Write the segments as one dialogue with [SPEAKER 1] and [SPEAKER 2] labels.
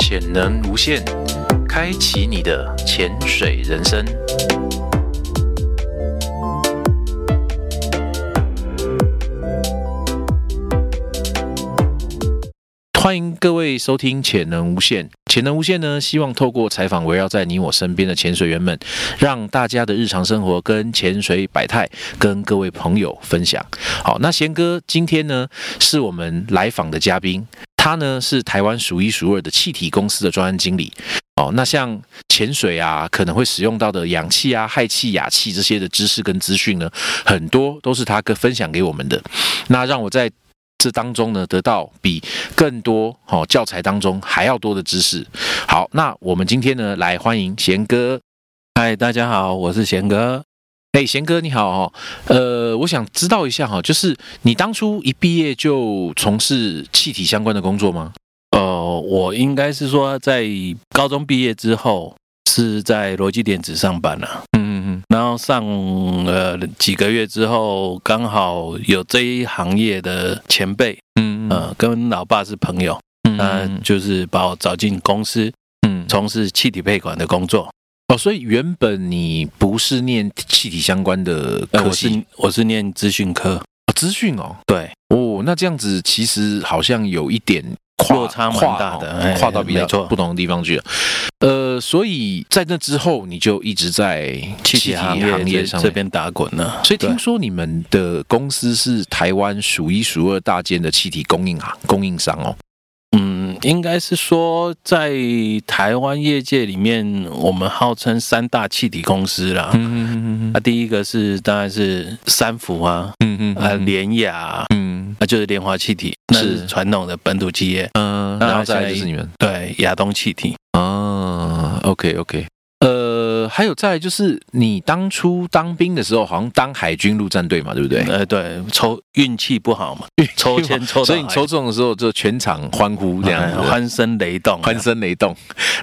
[SPEAKER 1] 潜能无限，开启你的潜水人生。欢迎各位收听《潜能无限》。《潜能无限》呢，希望透过采访围绕在你我身边的潜水员们，让大家的日常生活跟潜水百态跟各位朋友分享。好，那贤哥今天呢是我们来访的嘉宾，他呢是台湾数一数二的气体公司的专案经理。哦，那像潜水啊，可能会使用到的氧气啊、氦气、氩气这些的知识跟资讯呢，很多都是他跟分享给我们的。那让我在这当中呢，得到比更多哦教材当中还要多的知识。好，那我们今天呢，来欢迎贤哥。
[SPEAKER 2] 嗨，大家好，我是贤哥。
[SPEAKER 1] 哎，贤哥你好哦，呃，我想知道一下哈、就是你当初一毕业就从事气体相关的工作吗？
[SPEAKER 2] 呃，我应该是说在高中毕业之后是在逻辑电子上班了、
[SPEAKER 1] 嗯嗯
[SPEAKER 2] 然后上呃几个月之后，刚好有这一行业的前辈，
[SPEAKER 1] 嗯
[SPEAKER 2] 呃，跟老爸是朋友，
[SPEAKER 1] 嗯
[SPEAKER 2] 那就是把我找进公司，
[SPEAKER 1] 嗯
[SPEAKER 2] 从事气体配管的工作。
[SPEAKER 1] 哦，所以原本你不是念气体相关的
[SPEAKER 2] 呃，
[SPEAKER 1] 科
[SPEAKER 2] 我
[SPEAKER 1] 系，
[SPEAKER 2] 是我是念资讯科，
[SPEAKER 1] 哦资讯哦，
[SPEAKER 2] 对，
[SPEAKER 1] 哦，那这样子其实好像有一点跨
[SPEAKER 2] 落差蛮
[SPEAKER 1] 跨
[SPEAKER 2] 大的
[SPEAKER 1] 哦
[SPEAKER 2] 哎
[SPEAKER 1] 跨到比较
[SPEAKER 2] 没错
[SPEAKER 1] 不同的地方去了。呃，所以在那之后，你就一直在
[SPEAKER 2] 气体
[SPEAKER 1] 体
[SPEAKER 2] 行
[SPEAKER 1] 业
[SPEAKER 2] 业这
[SPEAKER 1] 上
[SPEAKER 2] 这
[SPEAKER 1] 面。
[SPEAKER 2] 边打滚呢。
[SPEAKER 1] 所以
[SPEAKER 2] 对
[SPEAKER 1] 听说你们的公司是台湾数一数二大间的气体供应行供应商哦。
[SPEAKER 2] 嗯，应该是说在台湾业界里面，我们号称三大气体公司啦。
[SPEAKER 1] 嗯
[SPEAKER 2] 啊，第一个是当然是三福啊，
[SPEAKER 1] 嗯
[SPEAKER 2] 啊联雅啊，
[SPEAKER 1] 嗯
[SPEAKER 2] 就是莲华气体，那
[SPEAKER 1] 是
[SPEAKER 2] 是传统的本土企业。
[SPEAKER 1] 嗯，
[SPEAKER 2] 那
[SPEAKER 1] 然后再
[SPEAKER 2] 下
[SPEAKER 1] 来
[SPEAKER 2] 一
[SPEAKER 1] 就是你们
[SPEAKER 2] 对，亚东气体。
[SPEAKER 1] 啊，OK OK。呃，还有再来就是你当初当兵的时候，好像当海军陆战队嘛，对不对？
[SPEAKER 2] 呃，对，抽运气不好嘛，抽签抽到
[SPEAKER 1] 所以你
[SPEAKER 2] 海
[SPEAKER 1] 抽中的时候就全场欢呼这样
[SPEAKER 2] 哎
[SPEAKER 1] 子，
[SPEAKER 2] 欢声雷动啊，
[SPEAKER 1] 欢声雷动。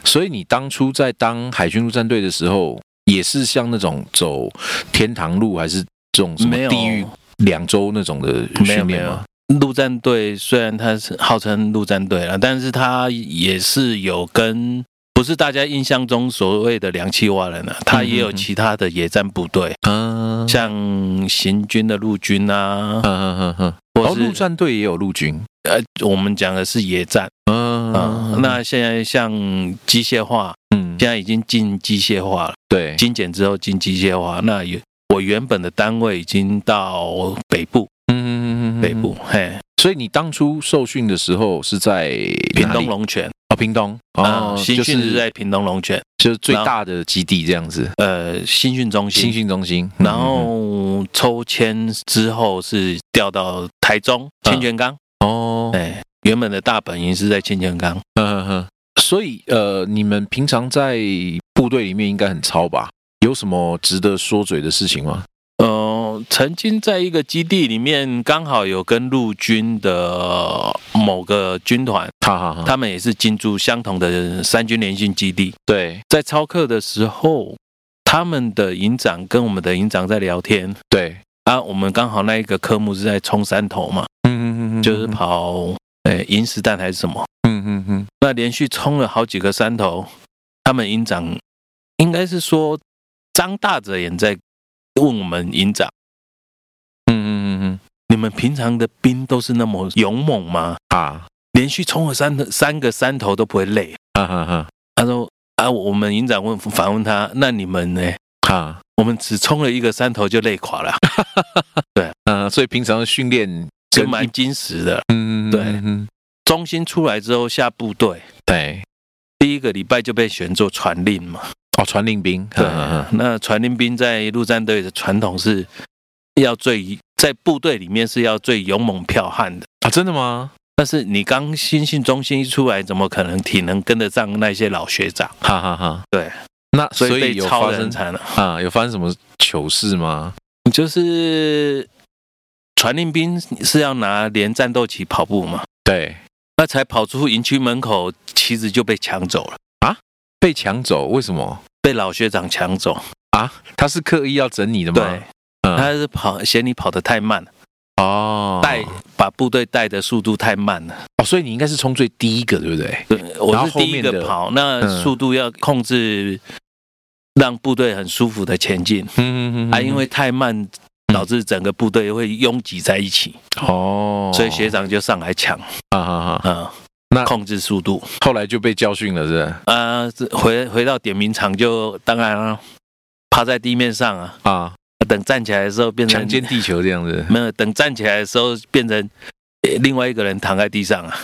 [SPEAKER 1] 所以你当初在当海军陆战队的时候，也是像那种走天堂路，还是这种什么
[SPEAKER 2] 没有
[SPEAKER 1] 地狱两周那种的
[SPEAKER 2] 没有
[SPEAKER 1] 训
[SPEAKER 2] 没
[SPEAKER 1] 练
[SPEAKER 2] 有
[SPEAKER 1] 吗？。
[SPEAKER 2] 陆战队虽然它是号称陆战队了，但是它也是有跟不是大家印象中所谓的两栖蛙人啊，它也
[SPEAKER 1] 嗯
[SPEAKER 2] 有
[SPEAKER 1] 嗯嗯
[SPEAKER 2] 其他的野战部队，
[SPEAKER 1] 嗯，
[SPEAKER 2] 像行军的陆军啊，
[SPEAKER 1] 嗯嗯嗯嗯，然后
[SPEAKER 2] 或
[SPEAKER 1] 陆
[SPEAKER 2] 是
[SPEAKER 1] 战队也有陆军，
[SPEAKER 2] 呃，我们讲的是野战啊
[SPEAKER 1] 嗯。，
[SPEAKER 2] 那现在像机械化，
[SPEAKER 1] 嗯，
[SPEAKER 2] 现在已经进机械化了，
[SPEAKER 1] 对，
[SPEAKER 2] 精简之后进机械化，那也。我原本的单位已经到北部，
[SPEAKER 1] 嗯
[SPEAKER 2] 北部，。嘿，
[SPEAKER 1] 所以你当初受训的时候是在
[SPEAKER 2] 屏
[SPEAKER 1] 哪里
[SPEAKER 2] 东龙泉，
[SPEAKER 1] 哦，屏东哦，
[SPEAKER 2] 啊，新
[SPEAKER 1] 就
[SPEAKER 2] 训是
[SPEAKER 1] 是
[SPEAKER 2] 在屏东龙泉，
[SPEAKER 1] 就是最
[SPEAKER 2] 然后
[SPEAKER 1] 大的基地这样子，
[SPEAKER 2] 呃新训中
[SPEAKER 1] 新
[SPEAKER 2] 心，
[SPEAKER 1] 训中心。
[SPEAKER 2] 然
[SPEAKER 1] 嗯
[SPEAKER 2] 后抽签之后是调到台中
[SPEAKER 1] 嗯
[SPEAKER 2] 清泉岗，
[SPEAKER 1] 嗯哦，
[SPEAKER 2] 哎，原本的大本营是在清泉岗，
[SPEAKER 1] 嗯哼哼，所以呃，你们平常在部队里面应该很操吧？有什么值得说嘴的事情吗？
[SPEAKER 2] 呃，曾经在一个基地里面，刚好有跟陆军的某个军团，
[SPEAKER 1] 哈哈哈，
[SPEAKER 2] 他们也是进驻相同的三军联训基地，
[SPEAKER 1] 对
[SPEAKER 2] 在操课的时候，他们的营长跟我们的营长在聊天
[SPEAKER 1] 对，
[SPEAKER 2] 啊，我们刚好那一个科目是在冲山头嘛，
[SPEAKER 1] 嗯嗯嗯
[SPEAKER 2] 就是，跑诶银石弹还是什么。
[SPEAKER 1] 嗯嗯嗯，
[SPEAKER 2] 那连续冲了好几个山头，他们营长应该是说张大着眼在问我们营长：
[SPEAKER 1] 嗯嗯嗯
[SPEAKER 2] 你们平常的兵都是那么勇猛吗？
[SPEAKER 1] 嗯啊，
[SPEAKER 2] 连续冲了三三个山头都不会累？啊
[SPEAKER 1] 哈哈哈
[SPEAKER 2] 他说：啊，我我们营长问反问他，那你们呢？
[SPEAKER 1] 哈，
[SPEAKER 2] 我们只冲了一个山头就累垮了，
[SPEAKER 1] 嗯，所以平常的训练
[SPEAKER 2] 就
[SPEAKER 1] 跟
[SPEAKER 2] 蛮
[SPEAKER 1] 一
[SPEAKER 2] 矜持的。
[SPEAKER 1] 嗯，嗯嗯
[SPEAKER 2] 对
[SPEAKER 1] 嗯嗯
[SPEAKER 2] 中心出来之后下部队，
[SPEAKER 1] 对，
[SPEAKER 2] 第一个礼拜就被选做传令嘛。
[SPEAKER 1] 哦，传令兵，
[SPEAKER 2] 对
[SPEAKER 1] 嗯嗯嗯，
[SPEAKER 2] 那传令兵在陆战队的传统是要最在部队里面是要最勇猛剽悍的。
[SPEAKER 1] 啊，真的吗？
[SPEAKER 2] 但是你刚新训中心一出来，怎么可能体能跟得上那些老学长？
[SPEAKER 1] 哈哈哈。
[SPEAKER 2] 对，
[SPEAKER 1] 那所
[SPEAKER 2] 所以
[SPEAKER 1] 以
[SPEAKER 2] 被
[SPEAKER 1] 有
[SPEAKER 2] 超
[SPEAKER 1] 发
[SPEAKER 2] 得很
[SPEAKER 1] 生
[SPEAKER 2] 惨了。
[SPEAKER 1] 啊，有发生什么糗事吗？
[SPEAKER 2] 就是传令兵是要拿连战斗旗跑步嘛，
[SPEAKER 1] 对，
[SPEAKER 2] 那才跑出营区门口，旗子就被抢走了，
[SPEAKER 1] 被抢走，为什么
[SPEAKER 2] 被老学长抢走。
[SPEAKER 1] 啊？他是刻意要整你的吗？
[SPEAKER 2] 对，
[SPEAKER 1] 嗯
[SPEAKER 2] 他是跑嫌你跑得太慢，
[SPEAKER 1] 哦，
[SPEAKER 2] 带把部队带的速度太慢了。
[SPEAKER 1] 哦，所以你应该是冲最第一个，对不对？
[SPEAKER 2] 对
[SPEAKER 1] 然
[SPEAKER 2] 我
[SPEAKER 1] 后
[SPEAKER 2] 是
[SPEAKER 1] 后面
[SPEAKER 2] 第一个
[SPEAKER 1] 的
[SPEAKER 2] 跑，那
[SPEAKER 1] 嗯
[SPEAKER 2] 速度要控制，让部队很舒服的前进。
[SPEAKER 1] 嗯
[SPEAKER 2] 啊，因为太慢，导致整个部队会拥挤在一起，
[SPEAKER 1] 哦，
[SPEAKER 2] 所以学长就上来抢，
[SPEAKER 1] 啊哈哈，
[SPEAKER 2] 啊，
[SPEAKER 1] 那
[SPEAKER 2] 控制速度。
[SPEAKER 1] 后来就被教训了，是不是
[SPEAKER 2] 啊，这回回到点名场就当然啊，趴在地面上啊，
[SPEAKER 1] 啊，
[SPEAKER 2] 等站起来的时候变成
[SPEAKER 1] 强奸地球这样 子，
[SPEAKER 2] 没有，等站起来的时候变成呃另外一个人躺在地上啊，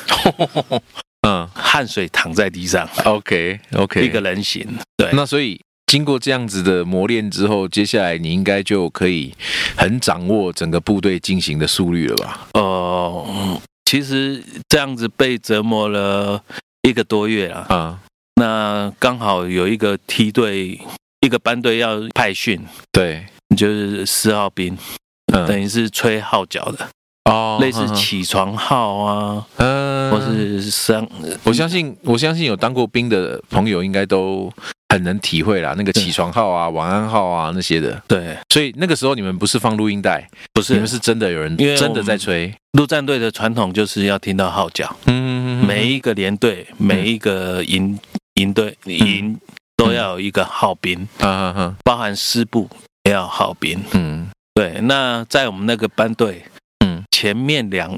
[SPEAKER 1] 嗯
[SPEAKER 2] 汗水躺在地上，
[SPEAKER 1] ，OK OK，
[SPEAKER 2] 一个人形。对
[SPEAKER 1] 那所以经过这样子的磨练之后，接下来你应该就可以很掌握整个部队进行的速率了吧？
[SPEAKER 2] 哦、嗯其实这样子被折磨了一个多月啊，
[SPEAKER 1] 啊，
[SPEAKER 2] 那刚好有一个梯队，一个班队要派训，
[SPEAKER 1] 对，
[SPEAKER 2] 就是四号兵，等
[SPEAKER 1] 嗯，
[SPEAKER 2] 于是吹号角的，
[SPEAKER 1] 哦
[SPEAKER 2] 类似
[SPEAKER 1] 哼哼
[SPEAKER 2] 起床号啊，
[SPEAKER 1] 嗯，
[SPEAKER 2] 或是上，
[SPEAKER 1] 我相信，我相信有当过兵的朋友应该都很能体会啦，那个起床号啊、晚安号啊那些的。
[SPEAKER 2] 对，
[SPEAKER 1] 所以那个时候你们不是放录音带，
[SPEAKER 2] 不是，
[SPEAKER 1] 你们是真的有人
[SPEAKER 2] 因为我们
[SPEAKER 1] 真的在吹。
[SPEAKER 2] 陆战队的传统就是要听到号角，
[SPEAKER 1] 嗯
[SPEAKER 2] 每一个连队、每一个营营队
[SPEAKER 1] 嗯
[SPEAKER 2] 营都要有一个号兵，
[SPEAKER 1] 啊哈哈，
[SPEAKER 2] 包含师部也要号兵。
[SPEAKER 1] 嗯
[SPEAKER 2] 对，那在我们那个班队
[SPEAKER 1] 嗯
[SPEAKER 2] 前面两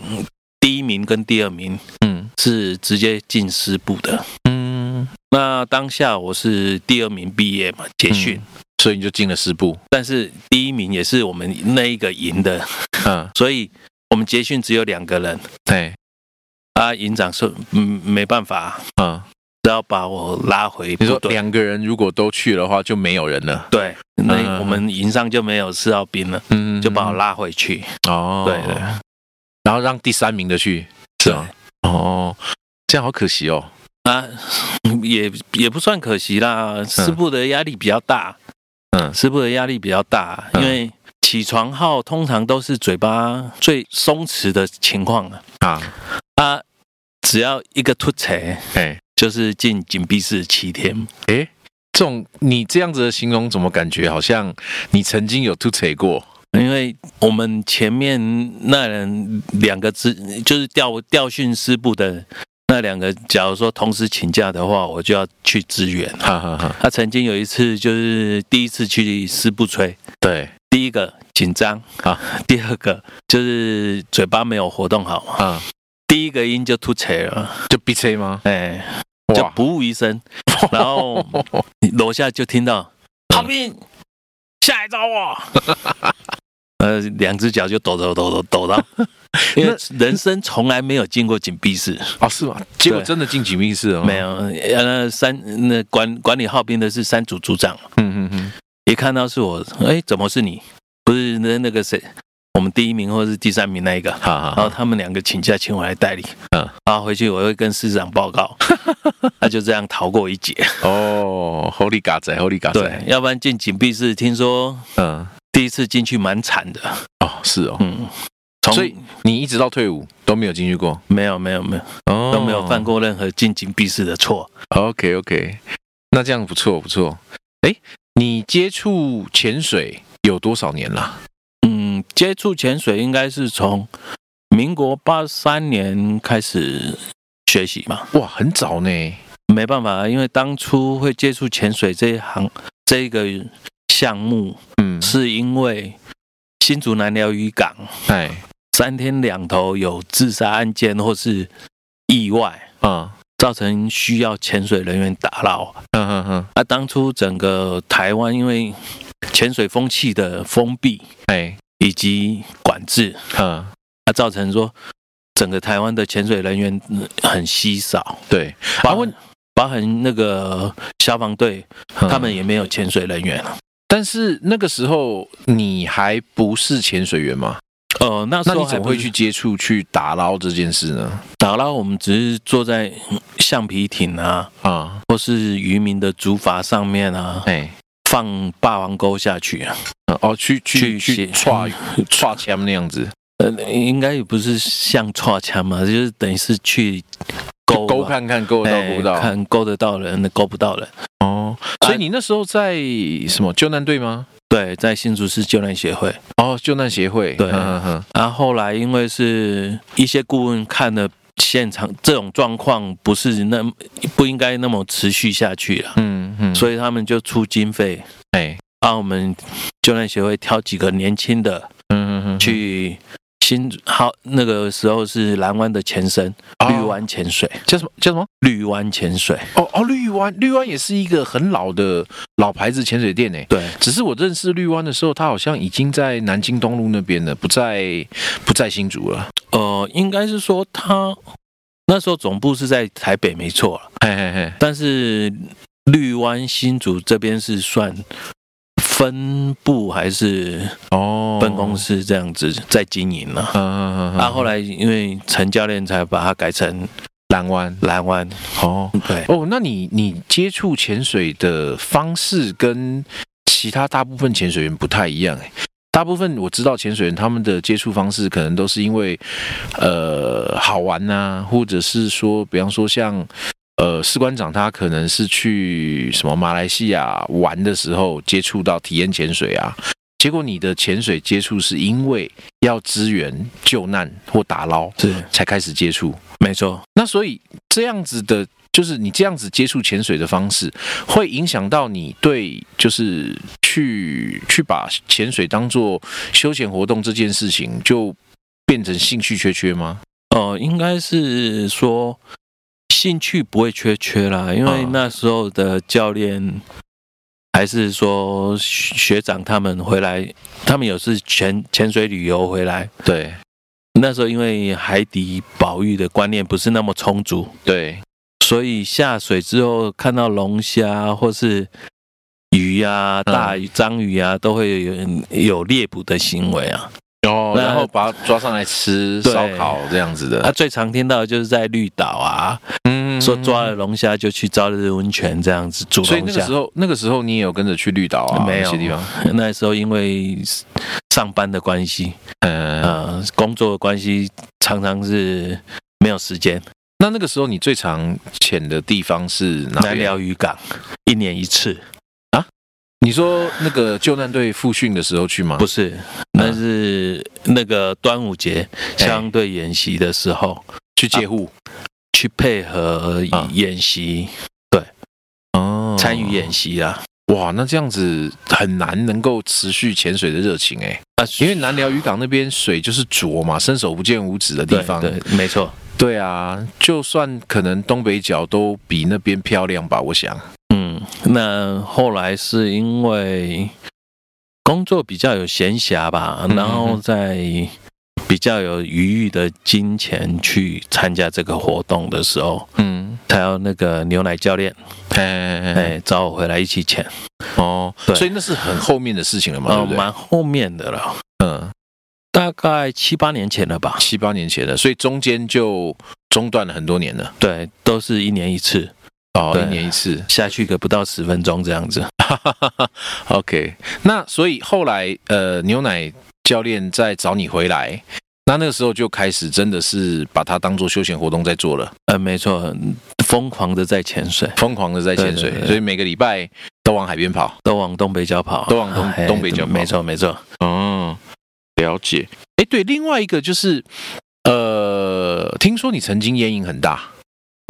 [SPEAKER 2] 第一名跟第二名
[SPEAKER 1] 嗯
[SPEAKER 2] 是直接进师部的。
[SPEAKER 1] 嗯，
[SPEAKER 2] 那当下我是第二名毕业嘛，结训，
[SPEAKER 1] 所以你就进了师 部。
[SPEAKER 2] 但是第一名也是我们那一个营的，
[SPEAKER 1] 嗯，哎
[SPEAKER 2] 所以我们结训只有两个人
[SPEAKER 1] 对，
[SPEAKER 2] 啊。营长说，嗯，没办法，
[SPEAKER 1] 嗯，
[SPEAKER 2] 只要把我拉回
[SPEAKER 1] 你
[SPEAKER 2] 部
[SPEAKER 1] 说
[SPEAKER 2] 队。
[SPEAKER 1] 两个人如果都去的话，就没有人了。
[SPEAKER 2] 对，
[SPEAKER 1] 嗯
[SPEAKER 2] 那我们营上就没有四号兵了，
[SPEAKER 1] 嗯，
[SPEAKER 2] 就把我拉回去。
[SPEAKER 1] 哦，
[SPEAKER 2] 对对，
[SPEAKER 1] 然后让第三名的去，是吗？哦，这样好可惜哦。
[SPEAKER 2] 啊，也也不算可惜啦，师部的压力比较大，
[SPEAKER 1] 嗯
[SPEAKER 2] 师部的压力比较大，
[SPEAKER 1] 嗯
[SPEAKER 2] 因为起床号通常都是嘴巴最松弛的情况了
[SPEAKER 1] 啊，
[SPEAKER 2] 啊，只要一个突锤
[SPEAKER 1] 哎，
[SPEAKER 2] 就是进紧闭室七天，
[SPEAKER 1] 这种你这样子的形容，怎么感觉好像你曾经有吐槽过？
[SPEAKER 2] 因为我们前面那人两个支就是调调训师部的那两个，假如说同时请假的话，我就要去支援。
[SPEAKER 1] 哈哈哈，
[SPEAKER 2] 他曾经有一次就是第一次去师部吹，
[SPEAKER 1] 对，
[SPEAKER 2] 第一个紧张
[SPEAKER 1] 啊，
[SPEAKER 2] 第二个就是嘴巴没有活动好嘛，
[SPEAKER 1] 啊，
[SPEAKER 2] 第一个音就吐气了，
[SPEAKER 1] 就 B C 吗？
[SPEAKER 2] 哎，
[SPEAKER 1] 哇
[SPEAKER 2] 就不误一声， 然后楼下就听到啊炮兵 下啊来找我，呃，两只脚就抖抖抖抖 抖到，因为人生从来没有进过紧闭室，
[SPEAKER 1] 哦，是吗？结果真的进紧密室了吗？
[SPEAKER 2] 没有，呃，那三那管管理号兵的是三组组长，
[SPEAKER 1] 嗯，嗯嗯
[SPEAKER 2] 一看到是我，哎，怎么是你？不是那那个谁，我们第一名或是第三名那一个，
[SPEAKER 1] 嗯，好好
[SPEAKER 2] 然后
[SPEAKER 1] 好，
[SPEAKER 2] 他们两个请假请我来代理，
[SPEAKER 1] 嗯
[SPEAKER 2] 嗯，然后回去我会跟市长 报告，他就这样逃过一劫。
[SPEAKER 1] 哦，Holy 嘎仔，Holy 嘎
[SPEAKER 2] 对
[SPEAKER 1] 仔，，
[SPEAKER 2] 要不然进紧闭室，听说
[SPEAKER 1] 嗯，
[SPEAKER 2] 第一次进去蛮惨的，
[SPEAKER 1] 哦，是哦，
[SPEAKER 2] 嗯，从
[SPEAKER 1] 所以你一直到退伍都没有进去过，
[SPEAKER 2] 没有没有没有
[SPEAKER 1] 哦，
[SPEAKER 2] 都没有犯过任何进紧闭室的错。
[SPEAKER 1] OK OK，那这样不错不错。哎，你接触潜水有多少年啦？
[SPEAKER 2] 嗯，接触潜水应该是从民国八三年开始学习嘛，
[SPEAKER 1] 哇，很早呢。
[SPEAKER 2] 没办法，啊因为当初会接触潜水这一行这一个项目，
[SPEAKER 1] 嗯，
[SPEAKER 2] 是因为新竹南寮渔港。
[SPEAKER 1] 哎，
[SPEAKER 2] 三天两头有自杀案件或是意外，
[SPEAKER 1] 啊，
[SPEAKER 2] 造成需要潜水人员打捞。
[SPEAKER 1] 嗯哼哼，
[SPEAKER 2] 啊，当初整个台湾因为潜水风气的封闭
[SPEAKER 1] 哎，
[SPEAKER 2] 以及管制，
[SPEAKER 1] 嗯，
[SPEAKER 2] 啊，造成说整个台湾的潜水人员嗯很稀少，
[SPEAKER 1] 对，
[SPEAKER 2] 包含包含那个消防队，
[SPEAKER 1] 嗯
[SPEAKER 2] 他们也没有潜水人员了。
[SPEAKER 1] 但是那个时候你还不是潜水员吗？
[SPEAKER 2] 呃，那时
[SPEAKER 1] 那
[SPEAKER 2] 候
[SPEAKER 1] 你
[SPEAKER 2] 还
[SPEAKER 1] 怎么
[SPEAKER 2] 不
[SPEAKER 1] 会
[SPEAKER 2] 是
[SPEAKER 1] 去接触去打捞这件事呢？
[SPEAKER 2] 打捞？我们只是坐在橡皮艇啊，
[SPEAKER 1] 啊，
[SPEAKER 2] 或是渔民的竹筏上面啊，
[SPEAKER 1] 哎，
[SPEAKER 2] 放霸王钩下去啊。
[SPEAKER 1] 哦，去去
[SPEAKER 2] 去
[SPEAKER 1] 去
[SPEAKER 2] 写
[SPEAKER 1] 跨跨枪那样子，
[SPEAKER 2] 呃，应该也不是像抓枪嘛，就是等于是去勾
[SPEAKER 1] 勾
[SPEAKER 2] 吧
[SPEAKER 1] 看看勾得到勾不
[SPEAKER 2] 哎
[SPEAKER 1] 到？
[SPEAKER 2] 看勾得到人，勾不到人。
[SPEAKER 1] 哦，所以你那时候在什么救难队吗？
[SPEAKER 2] 对，在新竹市救难协会。
[SPEAKER 1] 哦，救难协会，嗯
[SPEAKER 2] 对
[SPEAKER 1] 哼哼哼
[SPEAKER 2] 然后后来因为是一些顾问看了现场这种状况不是那么不应该那么持续下去了，
[SPEAKER 1] 嗯嗯，以
[SPEAKER 2] 所以他们就出经费，
[SPEAKER 1] 哎，
[SPEAKER 2] 让我们救难协会挑几个年轻的
[SPEAKER 1] 嗯嗯嗯，
[SPEAKER 2] 去新好那个时候是蓝湾的前身，
[SPEAKER 1] 哦
[SPEAKER 2] 绿湾潜水，
[SPEAKER 1] 叫什么叫什么？
[SPEAKER 2] 绿湾潜水，
[SPEAKER 1] 哦哦，绿湾，绿湾也是一个很老的老牌子潜水店诶。
[SPEAKER 2] 对
[SPEAKER 1] 只是我认识绿湾的时候，它好像已经在南京东路那边了，不在不在新竹了。
[SPEAKER 2] 呃，应该是说他那时候总部是在台北，没错啦
[SPEAKER 1] 嘿嘿嘿，
[SPEAKER 2] 但是绿湾新竹这边是算分部还是
[SPEAKER 1] 哦，
[SPEAKER 2] 分公，司这样子在经营呢、啊？
[SPEAKER 1] 嗯嗯嗯，
[SPEAKER 2] 啊，后来因为陈教练才把它改成
[SPEAKER 1] 蓝湾，
[SPEAKER 2] 蓝湾，
[SPEAKER 1] 哦
[SPEAKER 2] 对，
[SPEAKER 1] 哦，那你你接触潜水的方式跟其他大部分潜水员不太一样哎。大部分我知道潜水员他们的接触方式可能都是因为呃好玩呐、或者是说，比方说像呃士官长他可能是去什么马来西亚玩的时候接触到体验潜水啊。结果你的潜水接触是因为要支援救难或打捞
[SPEAKER 2] 是
[SPEAKER 1] 才开始接触，
[SPEAKER 2] 没错。
[SPEAKER 1] 那所以这样子的，就是你这样子接触潜水的方式，会影响到你对就是去去把潜水当做休闲活动这件事情，就变成兴趣缺缺吗？
[SPEAKER 2] 哦、应该是说兴趣不会缺缺啦，因为
[SPEAKER 1] 嗯
[SPEAKER 2] 那时候的教练。还是说学学长他们回来，他们有是潜潜水旅游回来，
[SPEAKER 1] 对
[SPEAKER 2] 那时候因为海底保育的观念不是那么充足，
[SPEAKER 1] 对，
[SPEAKER 2] 所以下水之后看到龙虾或是鱼呀、啊、
[SPEAKER 1] 嗯
[SPEAKER 2] 大鱼、章鱼啊，都会有有猎捕的行为啊。
[SPEAKER 1] 哦
[SPEAKER 2] 那
[SPEAKER 1] 然后把它抓上来吃
[SPEAKER 2] 对
[SPEAKER 1] 烧烤这样子的，
[SPEAKER 2] 啊，最常听到的就是在绿岛啊，
[SPEAKER 1] 嗯
[SPEAKER 2] 说抓了。龙虾就去朝日温泉这样子煮
[SPEAKER 1] 所以
[SPEAKER 2] 龙
[SPEAKER 1] 那个
[SPEAKER 2] 虾
[SPEAKER 1] 时。候，那个时候你也有跟着去绿岛啊，
[SPEAKER 2] 没
[SPEAKER 1] 那
[SPEAKER 2] 有
[SPEAKER 1] 些地方，
[SPEAKER 2] 那时候因为上班的关系，
[SPEAKER 1] 呃，
[SPEAKER 2] 呃，工作的关系，常常是没有时间。
[SPEAKER 1] 那那个时候你最常潜的地方是哪
[SPEAKER 2] 南
[SPEAKER 1] 里？
[SPEAKER 2] 寮渔港一年一次，
[SPEAKER 1] 你说那个救难队复训的时候去吗？
[SPEAKER 2] 不是，
[SPEAKER 1] 嗯
[SPEAKER 2] 那是那个端午节
[SPEAKER 1] 哎
[SPEAKER 2] 相对演习的时候
[SPEAKER 1] 去
[SPEAKER 2] 啊
[SPEAKER 1] 借户，
[SPEAKER 2] 去配合
[SPEAKER 1] 啊
[SPEAKER 2] 演习、
[SPEAKER 1] 哦
[SPEAKER 2] 参与演习啊。
[SPEAKER 1] 哇，那这样子很难能够持续潜水的热情哎、
[SPEAKER 2] 啊，
[SPEAKER 1] 因为南寮渔港那边水就是浊嘛，伸手不见五指的地方。
[SPEAKER 2] 对，对没错，
[SPEAKER 1] 对啊，就算可能东北角都比那边漂亮吧，我想。
[SPEAKER 2] 嗯，那后来是因为工作比较有闲暇吧，
[SPEAKER 1] 嗯
[SPEAKER 2] 然后在比较有余裕的金钱去参加这个活动的时候，
[SPEAKER 1] 嗯，
[SPEAKER 2] 才有那个牛奶教练
[SPEAKER 1] 哎哎哎
[SPEAKER 2] 哎找我回来一起潜，
[SPEAKER 1] 哦，
[SPEAKER 2] 对
[SPEAKER 1] 所以那是很后面的事情了嘛，
[SPEAKER 2] 呃，
[SPEAKER 1] 对不对？
[SPEAKER 2] 蛮后面的了，
[SPEAKER 1] 嗯，
[SPEAKER 2] 大概七八年前了吧。
[SPEAKER 1] 七八年前了，所以中间就中断了很多年了。
[SPEAKER 2] 对，都是一年一次，
[SPEAKER 1] 哦，
[SPEAKER 2] 对
[SPEAKER 1] 一年一次。
[SPEAKER 2] 下去个不到十分钟这样子。
[SPEAKER 1] OK，那所以后来呃，牛奶教练再找你回来，那那个时候就开始真的是把它当做休闲活动在做了，
[SPEAKER 2] 呃，没错，嗯疯狂的在潜水，
[SPEAKER 1] 疯狂的在潜水，
[SPEAKER 2] 对对对
[SPEAKER 1] 所以每个礼拜都往海边跑。
[SPEAKER 2] 都往东北角跑，
[SPEAKER 1] 都往东
[SPEAKER 2] 哎
[SPEAKER 1] 东北角跑
[SPEAKER 2] 没错，没错。
[SPEAKER 1] 哦，了解。哎，对，另外一个就是呃，听说你曾经烟瘾很大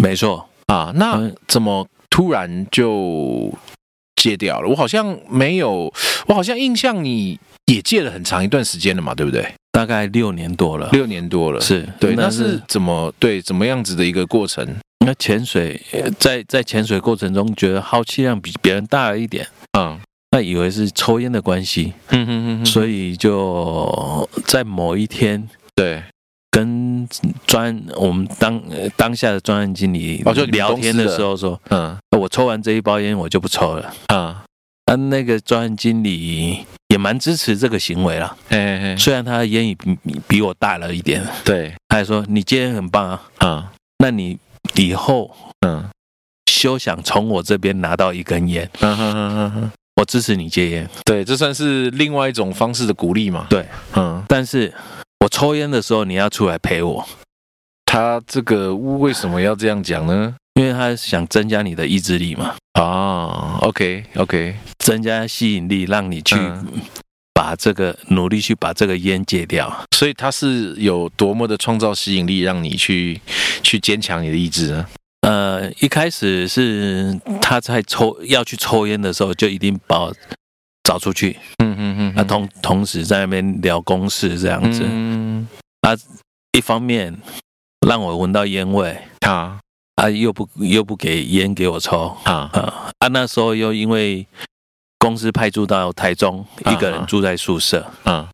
[SPEAKER 2] 没错，
[SPEAKER 1] 啊，那
[SPEAKER 2] 嗯
[SPEAKER 1] 怎么突然就戒掉了？我好像没有，我好像印象你也戒了很长一段时间了嘛，对不对？
[SPEAKER 2] 大概六年多了，
[SPEAKER 1] 六年多了，
[SPEAKER 2] 是
[SPEAKER 1] 对，那
[SPEAKER 2] 那
[SPEAKER 1] 嗯是
[SPEAKER 2] 是
[SPEAKER 1] 怎么对怎么样子的一个过程
[SPEAKER 2] 那潜水，呃在在潜水过程中，觉得耗气量比别人大了一点，
[SPEAKER 1] 嗯
[SPEAKER 2] 那以为是抽烟的关系，
[SPEAKER 1] 嗯哼哼
[SPEAKER 2] 所以就在某一天
[SPEAKER 1] 对，
[SPEAKER 2] 跟专我们当呃当下的专案经理
[SPEAKER 1] 哦就你们
[SPEAKER 2] 聊天
[SPEAKER 1] 公司
[SPEAKER 2] 的
[SPEAKER 1] 的
[SPEAKER 2] 时候说，
[SPEAKER 1] 嗯
[SPEAKER 2] 我抽完这一包烟，我就不抽了。
[SPEAKER 1] 啊
[SPEAKER 2] 啊，那个专案经理也蛮支持这个行为啦，
[SPEAKER 1] 哎，哎
[SPEAKER 2] 虽然他烟瘾比比我大了一点，
[SPEAKER 1] 对，
[SPEAKER 2] 他还说你今天很棒啊，
[SPEAKER 1] 啊，
[SPEAKER 2] 那你以后
[SPEAKER 1] 嗯，
[SPEAKER 2] 休想从我这边拿到一根烟，
[SPEAKER 1] 嗯哼哼哼哼
[SPEAKER 2] 我支持你戒烟，
[SPEAKER 1] 对，这算是另外一种方式的鼓励嘛？
[SPEAKER 2] 对，
[SPEAKER 1] 嗯，
[SPEAKER 2] 但是我抽烟的时候你要出来陪我，
[SPEAKER 1] 他这个为什么要这样讲呢？
[SPEAKER 2] 因为他想增加你的意志力嘛，
[SPEAKER 1] 啊，OK OK，
[SPEAKER 2] 增加吸引力，让你去
[SPEAKER 1] 嗯
[SPEAKER 2] 把这个努力去把这个烟戒掉。
[SPEAKER 1] 所以他是有多么的创造吸引力，让你去去坚强你的意志呢？
[SPEAKER 2] 呃，一开始是他在抽要去抽烟的时候，就一定把我找出去，
[SPEAKER 1] 嗯嗯嗯
[SPEAKER 2] 啊，同同时在那边聊公事这样子，
[SPEAKER 1] 嗯，
[SPEAKER 2] 一方面让我闻到烟味，
[SPEAKER 1] 啊
[SPEAKER 2] 啊，又不又不给烟给我抽，
[SPEAKER 1] 啊，
[SPEAKER 2] 啊啊，那时候又因为公司派驻到台中，
[SPEAKER 1] 啊
[SPEAKER 2] 一个人住在宿舍，
[SPEAKER 1] 嗯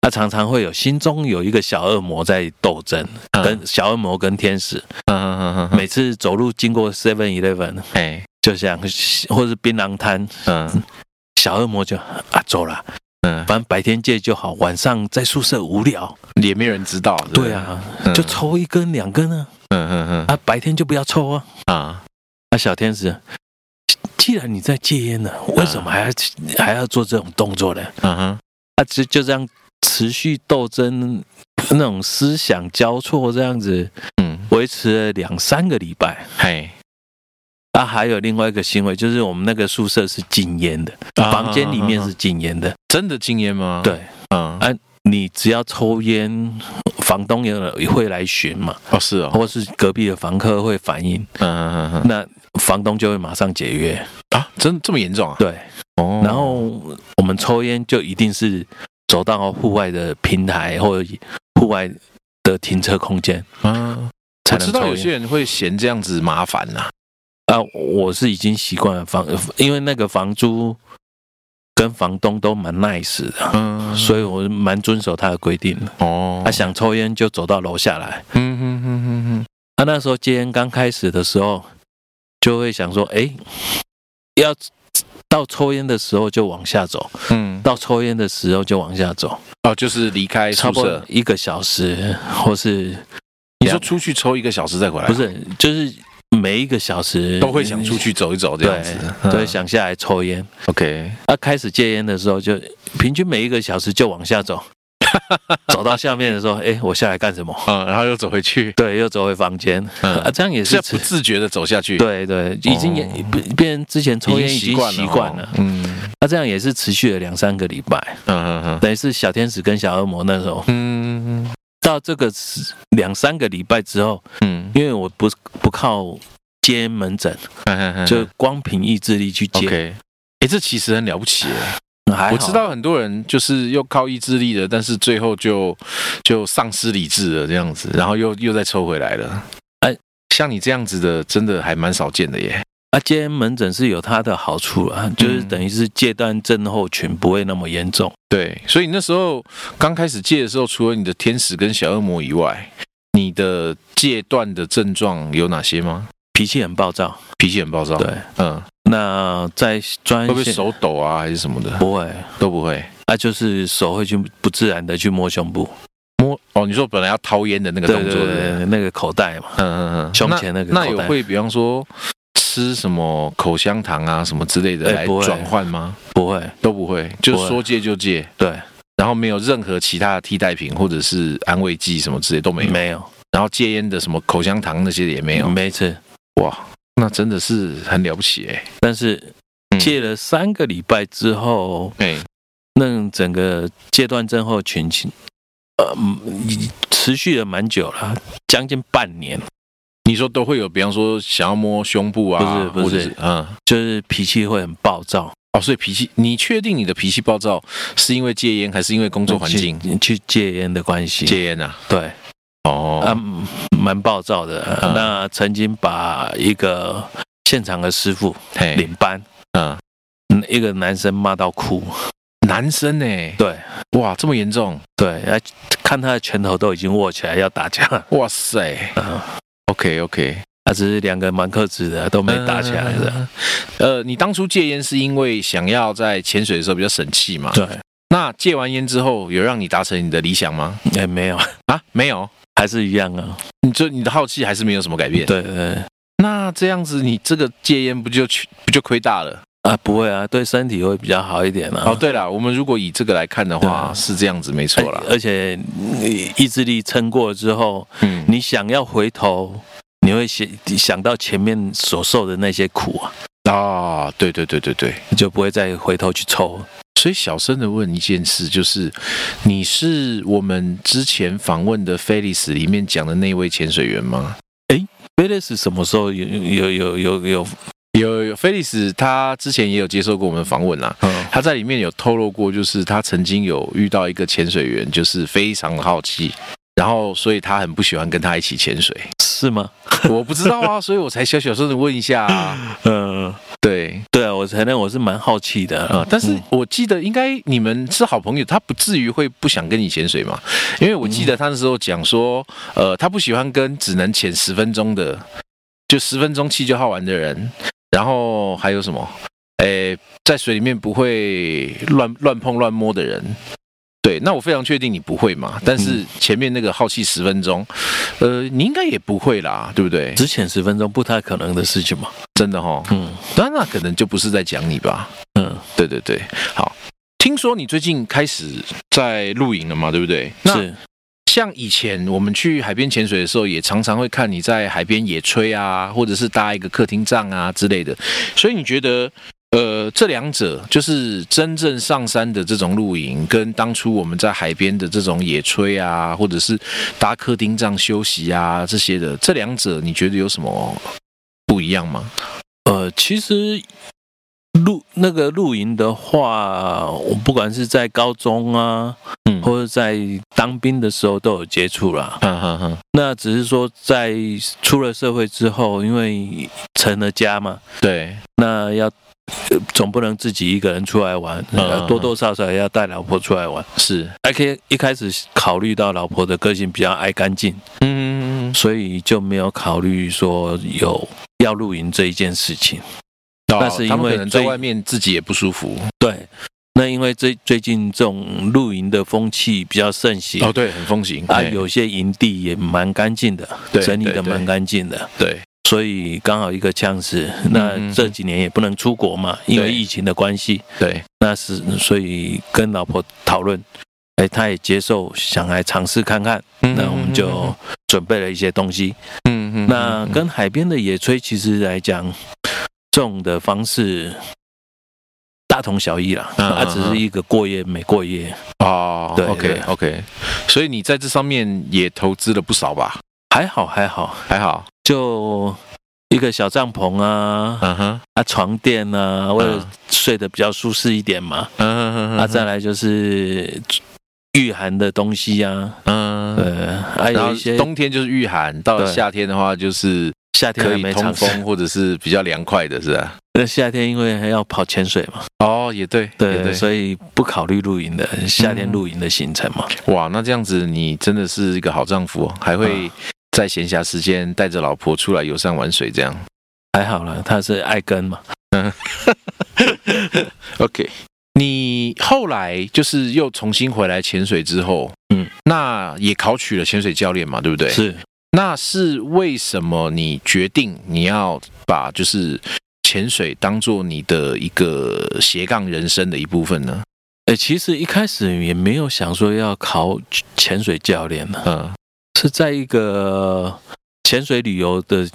[SPEAKER 2] 他常常会有心中有一个小恶魔在斗争，
[SPEAKER 1] 嗯
[SPEAKER 2] 跟小恶魔跟天使，
[SPEAKER 1] 嗯嗯嗯嗯，
[SPEAKER 2] 每次走路经过 Seven Eleven，
[SPEAKER 1] 哎，
[SPEAKER 2] 就像或是槟榔摊，
[SPEAKER 1] 嗯
[SPEAKER 2] 小恶魔就啊走了，
[SPEAKER 1] 嗯，
[SPEAKER 2] 反正白天戒就好，晚上在宿舍无聊，
[SPEAKER 1] 也没有人知道，对不对
[SPEAKER 2] 对，啊，
[SPEAKER 1] 嗯
[SPEAKER 2] 就，抽一根两根啊，
[SPEAKER 1] 嗯嗯嗯
[SPEAKER 2] 啊白天就不要抽啊，
[SPEAKER 1] 啊，
[SPEAKER 2] 啊小天使。既然你在戒烟呢，为什么还要、还要做这种动作呢？
[SPEAKER 1] 嗯哼，
[SPEAKER 2] 啊，就就这样持续斗争，那种思想交错这样子，
[SPEAKER 1] 嗯，
[SPEAKER 2] 维持了两三个礼拜。
[SPEAKER 1] 嘿，
[SPEAKER 2] 啊，还有另外一个行为，就是我们那个宿舍是禁烟的，
[SPEAKER 1] 啊
[SPEAKER 2] 房间里面是禁烟的。
[SPEAKER 1] 真的禁烟吗？，
[SPEAKER 2] 对
[SPEAKER 1] 嗯，
[SPEAKER 2] 啊，你只要抽烟，房东也有会来巡嘛，
[SPEAKER 1] 哦是哦，
[SPEAKER 2] 或是隔壁的房客会反映，
[SPEAKER 1] 嗯嗯嗯嗯
[SPEAKER 2] 那房东就会马上解约。
[SPEAKER 1] 啊，真这么严重啊？
[SPEAKER 2] 对，
[SPEAKER 1] 哦，
[SPEAKER 2] 然后我们抽烟就一定是走到户外的平台或者户外的停车空间。
[SPEAKER 1] 啊，
[SPEAKER 2] 才
[SPEAKER 1] 我
[SPEAKER 2] 能
[SPEAKER 1] 知道
[SPEAKER 2] 抽
[SPEAKER 1] 有
[SPEAKER 2] 烟
[SPEAKER 1] 些人会嫌这样子麻烦呐，
[SPEAKER 2] 啊，我是已经习惯了房，因为那个房租跟房东都蛮 nice 的，
[SPEAKER 1] 嗯
[SPEAKER 2] 所以我蛮遵守他的规定的。
[SPEAKER 1] 哦
[SPEAKER 2] 他、，想抽烟就走到楼下来。
[SPEAKER 1] 嗯嗯嗯嗯
[SPEAKER 2] 他、那时候戒烟刚开始的时候，就会想说，哎，要到抽烟的时候就往下走，
[SPEAKER 1] 嗯嗯，
[SPEAKER 2] 到抽烟的时候就往下走，
[SPEAKER 1] 哦，就是离开
[SPEAKER 2] 差
[SPEAKER 1] 宿
[SPEAKER 2] 不
[SPEAKER 1] 舍
[SPEAKER 2] 多，一个小时，或是
[SPEAKER 1] 你说
[SPEAKER 2] 两
[SPEAKER 1] 出去抽一个小时再回来，
[SPEAKER 2] 不是，就是每一个小时
[SPEAKER 1] 哎都会想出，去走一走这样
[SPEAKER 2] 对
[SPEAKER 1] 子，，
[SPEAKER 2] 都
[SPEAKER 1] 嗯
[SPEAKER 2] 会想下来抽烟。
[SPEAKER 1] OK，
[SPEAKER 2] 他、开始戒烟的时候就，平均每一个小时就往 下走，走到下面的时候，哎、我下来干什么？
[SPEAKER 1] 嗯，然后又走回去，
[SPEAKER 2] 对，又走回房间、
[SPEAKER 1] 嗯
[SPEAKER 2] 啊，这样也
[SPEAKER 1] 是
[SPEAKER 2] 是
[SPEAKER 1] 要不自觉的走下去，，
[SPEAKER 2] 对对，已经也、
[SPEAKER 1] 哦
[SPEAKER 2] 不变之前抽烟已
[SPEAKER 1] 习
[SPEAKER 2] 经
[SPEAKER 1] 惯了，
[SPEAKER 2] 习惯了，那、
[SPEAKER 1] 嗯
[SPEAKER 2] 这样也是持续了两三个礼拜，
[SPEAKER 1] 嗯嗯
[SPEAKER 2] 等于是小天使跟小恶魔那时候
[SPEAKER 1] 嗯
[SPEAKER 2] 到这个时两三个礼拜之后，
[SPEAKER 1] 嗯
[SPEAKER 2] 因为我不不靠接烟门诊，
[SPEAKER 1] 嗯，
[SPEAKER 2] 就光凭意志力去接，
[SPEAKER 1] OK。哎，这其实很了不起耶！
[SPEAKER 2] 还好啊
[SPEAKER 1] 我知道很多人就是又靠意志力的，但是最后就就丧失理智了这样子，然后又又再抽回来了。哎
[SPEAKER 2] 哎，
[SPEAKER 1] 像你这样子的，真的还蛮少见的耶。
[SPEAKER 2] 啊，戒烟门诊是有它的好处啊，就是
[SPEAKER 1] 嗯
[SPEAKER 2] 等于是戒断症候群不会那么严重。
[SPEAKER 1] 对，所以那时候刚开始戒的时候，除了你的天使跟小恶魔以外，你的戒断的症状有哪些吗？
[SPEAKER 2] 脾气很暴躁，
[SPEAKER 1] 脾气很暴躁，
[SPEAKER 2] 对，。
[SPEAKER 1] 嗯，
[SPEAKER 2] 那在专
[SPEAKER 1] 会不
[SPEAKER 2] 业
[SPEAKER 1] 会手抖啊，还是什么的？
[SPEAKER 2] 不会，
[SPEAKER 1] 都不会。
[SPEAKER 2] 啊，就是手会去不自然的去摸胸部，
[SPEAKER 1] 摸哦，你说本来要掏烟的那个
[SPEAKER 2] 对
[SPEAKER 1] 动
[SPEAKER 2] 对
[SPEAKER 1] 作，
[SPEAKER 2] 对
[SPEAKER 1] 不
[SPEAKER 2] 对，那个口袋嘛，
[SPEAKER 1] 嗯嗯嗯，
[SPEAKER 2] 胸前那个
[SPEAKER 1] 那那
[SPEAKER 2] 口
[SPEAKER 1] 有
[SPEAKER 2] 袋
[SPEAKER 1] 会比方说吃什么口香糖啊什么之类的
[SPEAKER 2] 哎
[SPEAKER 1] 来
[SPEAKER 2] 不会
[SPEAKER 1] 转换吗？
[SPEAKER 2] 不会，
[SPEAKER 1] 都不会，就
[SPEAKER 2] 不会
[SPEAKER 1] 说戒就戒，
[SPEAKER 2] 对，
[SPEAKER 1] 然后没有任何其他的替代品或者是安慰剂什么之类都没有。
[SPEAKER 2] 没嗯有，
[SPEAKER 1] 然后戒烟的什么口香糖那些也没有。
[SPEAKER 2] 没吃。
[SPEAKER 1] 哇，那真的是很了不起哎、
[SPEAKER 2] 但是
[SPEAKER 1] 嗯
[SPEAKER 2] 戒了三个礼拜之后，
[SPEAKER 1] 哎、
[SPEAKER 2] 那整个戒断症候群，呃，嗯持续了蛮久了，将近半年，
[SPEAKER 1] 你说都会有，比方说想要摸胸部啊，
[SPEAKER 2] 不是不是
[SPEAKER 1] 或者嗯，
[SPEAKER 2] 就是脾气会很暴躁。
[SPEAKER 1] 哦，所以脾气，你确定你的脾气暴躁是因为戒烟还是因为工作环境？
[SPEAKER 2] 去去嗯戒烟的关系，
[SPEAKER 1] 戒烟啊，
[SPEAKER 2] 对，
[SPEAKER 1] 哦，
[SPEAKER 2] 啊，嗯蛮暴躁的。
[SPEAKER 1] 嗯
[SPEAKER 2] 那曾经把一个现场的师傅
[SPEAKER 1] 嘿
[SPEAKER 2] 领班，
[SPEAKER 1] 嗯，
[SPEAKER 2] 嗯一个男生骂到哭，
[SPEAKER 1] 男生呢、欸
[SPEAKER 2] 对
[SPEAKER 1] 哇，这么严重，
[SPEAKER 2] 对，啊，看他的拳头都已经握起来要打架了，
[SPEAKER 1] 哇塞
[SPEAKER 2] 嗯
[SPEAKER 1] ，OK OK，
[SPEAKER 2] 啊，只是两个蛮克制的，都没打起来的。
[SPEAKER 1] 呃，你当初戒烟是因为想要在潜水的时候比较省气嘛？
[SPEAKER 2] 对，
[SPEAKER 1] 那戒完烟之后，有让你达成你的理想吗？
[SPEAKER 2] 哎、没有，
[SPEAKER 1] 啊，没有，
[SPEAKER 2] 还是一样啊。
[SPEAKER 1] 你就你的好奇还是没有什么改变。，
[SPEAKER 2] 对对
[SPEAKER 1] 那这样子，你这个戒烟不就去不就亏大了？
[SPEAKER 2] 啊，不会啊，对身体会比较好一点啊。
[SPEAKER 1] 哦，对了，我们如果以这个来看的话，
[SPEAKER 2] 对啊哎
[SPEAKER 1] 是这样子，没错啦。
[SPEAKER 2] 而而且你意志力撑过了之后，
[SPEAKER 1] 嗯，
[SPEAKER 2] 你想要回头，你会想想到前面所受的那些苦啊，
[SPEAKER 1] 啊，对对对对对，
[SPEAKER 2] 就不会再回头去抽。
[SPEAKER 1] 所以小声的问一件事，就是你是我们之前访问的菲利斯里面讲的那位潜水员吗？
[SPEAKER 2] 菲利斯什么时候有有有有有？
[SPEAKER 1] 有有，菲利斯他之前也有接受过我们访问啦。
[SPEAKER 2] 嗯，
[SPEAKER 1] 他在里面有透露过，就是他曾经有遇到一个潜水员，就是非常的好奇，然后所以他很不喜欢跟他一起潜水。
[SPEAKER 2] 是吗？
[SPEAKER 1] 我不知道啊，所以我才小小声的问一下、啊。
[SPEAKER 2] 嗯，
[SPEAKER 1] 对
[SPEAKER 2] 对啊，我承认我是蛮好奇的
[SPEAKER 1] 啊、
[SPEAKER 2] 啊，
[SPEAKER 1] 但是我记得应该你们是好朋友，他不至于会不想跟你潜水嘛？因为我记得他那时候讲说，呃，他不喜欢跟只能潜十分钟的，就十分钟气就耗完的人。然后还有什么？诶，在水里面不会乱乱碰乱摸的人。对，那我非常确定你不会嘛。但是前面那个耗气十分钟，呃，你应该也不会啦，对不对？
[SPEAKER 2] 只潜十分钟不太可能的事情嘛。
[SPEAKER 1] 真的哈、
[SPEAKER 2] 嗯
[SPEAKER 1] 那那可能就不是在讲你吧？
[SPEAKER 2] 嗯，
[SPEAKER 1] 对对对，好。听说你最近开始在露营了嘛？对不对？那
[SPEAKER 2] 是
[SPEAKER 1] 像以前我们去海边潜水的时候，也常常会看你在海边野炊啊，或者是搭一个客厅帐啊之类的。所以你觉得，呃，这两者就是真正上山的这种露营，跟当初我们在海边的这种野炊啊，或者是搭客厅帐休息啊这些的，这两者你觉得有什么不一样吗？
[SPEAKER 2] 呃，其实露那个露营的话，我不管是在高中啊，
[SPEAKER 1] 嗯
[SPEAKER 2] 或者在当兵的时候都有接触啦。
[SPEAKER 1] 哈哈哈，
[SPEAKER 2] 那只是说在出了社会之后，因为成了家嘛，
[SPEAKER 1] 对，
[SPEAKER 2] 那要。呃总不能自己一个人出来玩，呃
[SPEAKER 1] 嗯
[SPEAKER 2] 多多少少要带老婆出来玩。
[SPEAKER 1] 是，
[SPEAKER 2] 还可以一开始考虑到老婆的个性比较爱干净，
[SPEAKER 1] 嗯，
[SPEAKER 2] 所以就没有考虑说有要露营这一件事情。
[SPEAKER 1] 但
[SPEAKER 2] 那是
[SPEAKER 1] 哦他
[SPEAKER 2] 因
[SPEAKER 1] 们
[SPEAKER 2] 为
[SPEAKER 1] 可能在
[SPEAKER 2] 最
[SPEAKER 1] 外面自己也不舒服。
[SPEAKER 2] 对，那因为最最近这种露营的风气比较盛行。
[SPEAKER 1] 哦，对，很风行
[SPEAKER 2] 啊，
[SPEAKER 1] 嘿
[SPEAKER 2] 有些营地也蛮干净的，
[SPEAKER 1] 对
[SPEAKER 2] 整理
[SPEAKER 1] 对
[SPEAKER 2] 的
[SPEAKER 1] 对
[SPEAKER 2] 蛮干净的，
[SPEAKER 1] 对，
[SPEAKER 2] 所以刚好一个呛死。
[SPEAKER 1] 嗯嗯
[SPEAKER 2] 那这几年也不能出国嘛，因为
[SPEAKER 1] 对
[SPEAKER 2] 疫情的关系，
[SPEAKER 1] 对，
[SPEAKER 2] 那是所以跟老婆讨论，哎，她也接受，想来尝试看看。那我们就准备了一些东西。
[SPEAKER 1] 嗯嗯
[SPEAKER 2] 那跟海边的野炊其实来讲，这种的方式大同小异啦，
[SPEAKER 1] 嗯
[SPEAKER 2] 它
[SPEAKER 1] 嗯
[SPEAKER 2] 只是一个过夜没过夜，
[SPEAKER 1] 哦
[SPEAKER 2] 对
[SPEAKER 1] ，OK
[SPEAKER 2] 对
[SPEAKER 1] OK，所以你在这上面也投资了不少吧？
[SPEAKER 2] 还好还好，
[SPEAKER 1] 还好，
[SPEAKER 2] 就一个小帐篷啊，
[SPEAKER 1] 嗯哼，
[SPEAKER 2] 啊床垫啊，
[SPEAKER 1] 嗯
[SPEAKER 2] 为了睡得比较舒适一点嘛，
[SPEAKER 1] 嗯哼
[SPEAKER 2] 啊再，来就是御寒的东西啊，
[SPEAKER 1] 嗯哼，
[SPEAKER 2] 呃，
[SPEAKER 1] 然
[SPEAKER 2] 还有
[SPEAKER 1] 后
[SPEAKER 2] 一些
[SPEAKER 1] 冬天就是御寒，到了
[SPEAKER 2] 对
[SPEAKER 1] 夏天的话就是
[SPEAKER 2] 夏天
[SPEAKER 1] 可
[SPEAKER 2] 还
[SPEAKER 1] 以
[SPEAKER 2] 没
[SPEAKER 1] 通
[SPEAKER 2] 尝试
[SPEAKER 1] 风，或者是比较凉快的，是吧？
[SPEAKER 2] 那夏天因为还要跑潜水嘛。
[SPEAKER 1] 哦，也对，也
[SPEAKER 2] 对，
[SPEAKER 1] 对，
[SPEAKER 2] 所以不考虑露营的夏天
[SPEAKER 1] 嗯
[SPEAKER 2] 露营的行程嘛。
[SPEAKER 1] 哇，那这样子你真的是一个好丈夫哦，还会
[SPEAKER 2] 啊
[SPEAKER 1] 在闲暇时间带着老婆出来游山玩水这样。
[SPEAKER 2] 还好啦，他是爱跟嘛。
[SPEAKER 1] OK，你后来就是又重新回来潜水之后，
[SPEAKER 2] 嗯，
[SPEAKER 1] 那也考取了潜水教练嘛，对不对？。
[SPEAKER 2] 是
[SPEAKER 1] 那是为什么你决定你要把就是潜水当做你的一个斜杠人生的一部分呢？
[SPEAKER 2] 哎、其实一开始也没有想说要考潜水教练呢，
[SPEAKER 1] 嗯
[SPEAKER 2] 是在一个潜水旅游的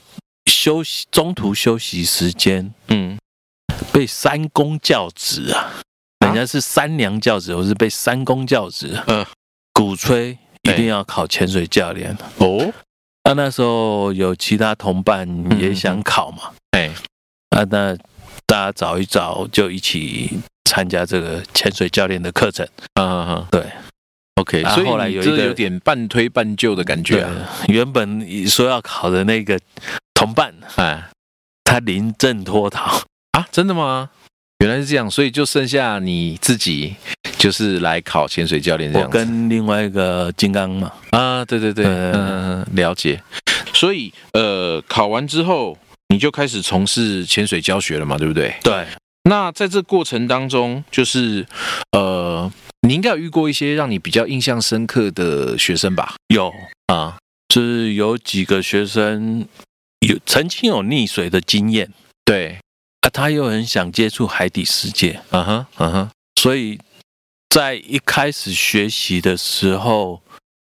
[SPEAKER 2] 休息中途休息时间
[SPEAKER 1] 嗯，
[SPEAKER 2] 被三公教职啊，
[SPEAKER 1] 啊
[SPEAKER 2] 人家是三娘教职，我是被三公教职，啊
[SPEAKER 1] 嗯，
[SPEAKER 2] 鼓吹一
[SPEAKER 1] 对
[SPEAKER 2] 定要考潜水教练。
[SPEAKER 1] 哦，
[SPEAKER 2] 那、那时候有其他同伴也想考嘛，
[SPEAKER 1] 哎，
[SPEAKER 2] 啊，那大家找一找，就一起参加这个潜水教练的课程。
[SPEAKER 1] 嗯嗯，
[SPEAKER 2] 对
[SPEAKER 1] ，OK，
[SPEAKER 2] 啊
[SPEAKER 1] 所以
[SPEAKER 2] 后来
[SPEAKER 1] 你
[SPEAKER 2] 有一
[SPEAKER 1] 这
[SPEAKER 2] 个
[SPEAKER 1] 有点半推半就的感觉啊，
[SPEAKER 2] 原本说要考的那个同伴，
[SPEAKER 1] 哎
[SPEAKER 2] 他临阵脱逃，
[SPEAKER 1] 啊，真的吗？原来是这样，所以就剩下你自己，就是来考潜水教练这
[SPEAKER 2] 我
[SPEAKER 1] 样子。
[SPEAKER 2] 跟另外一个金刚嘛，嗯
[SPEAKER 1] 啊，对对对，
[SPEAKER 2] 对对对
[SPEAKER 1] 嗯，了解。所以呃，考完之后你就开始从事潜水教学了嘛，对不对？
[SPEAKER 2] 对，
[SPEAKER 1] 那在这过程当中，就是呃，你应该有遇过一些让你比较印象深刻的学生吧？
[SPEAKER 2] 有
[SPEAKER 1] 啊，
[SPEAKER 2] 就是有几个学生有曾经有溺水的经验
[SPEAKER 1] 对，
[SPEAKER 2] 啊，他又很想接触海底世界，
[SPEAKER 1] 嗯哼，嗯哼，
[SPEAKER 2] 所以在一开始学习的时候，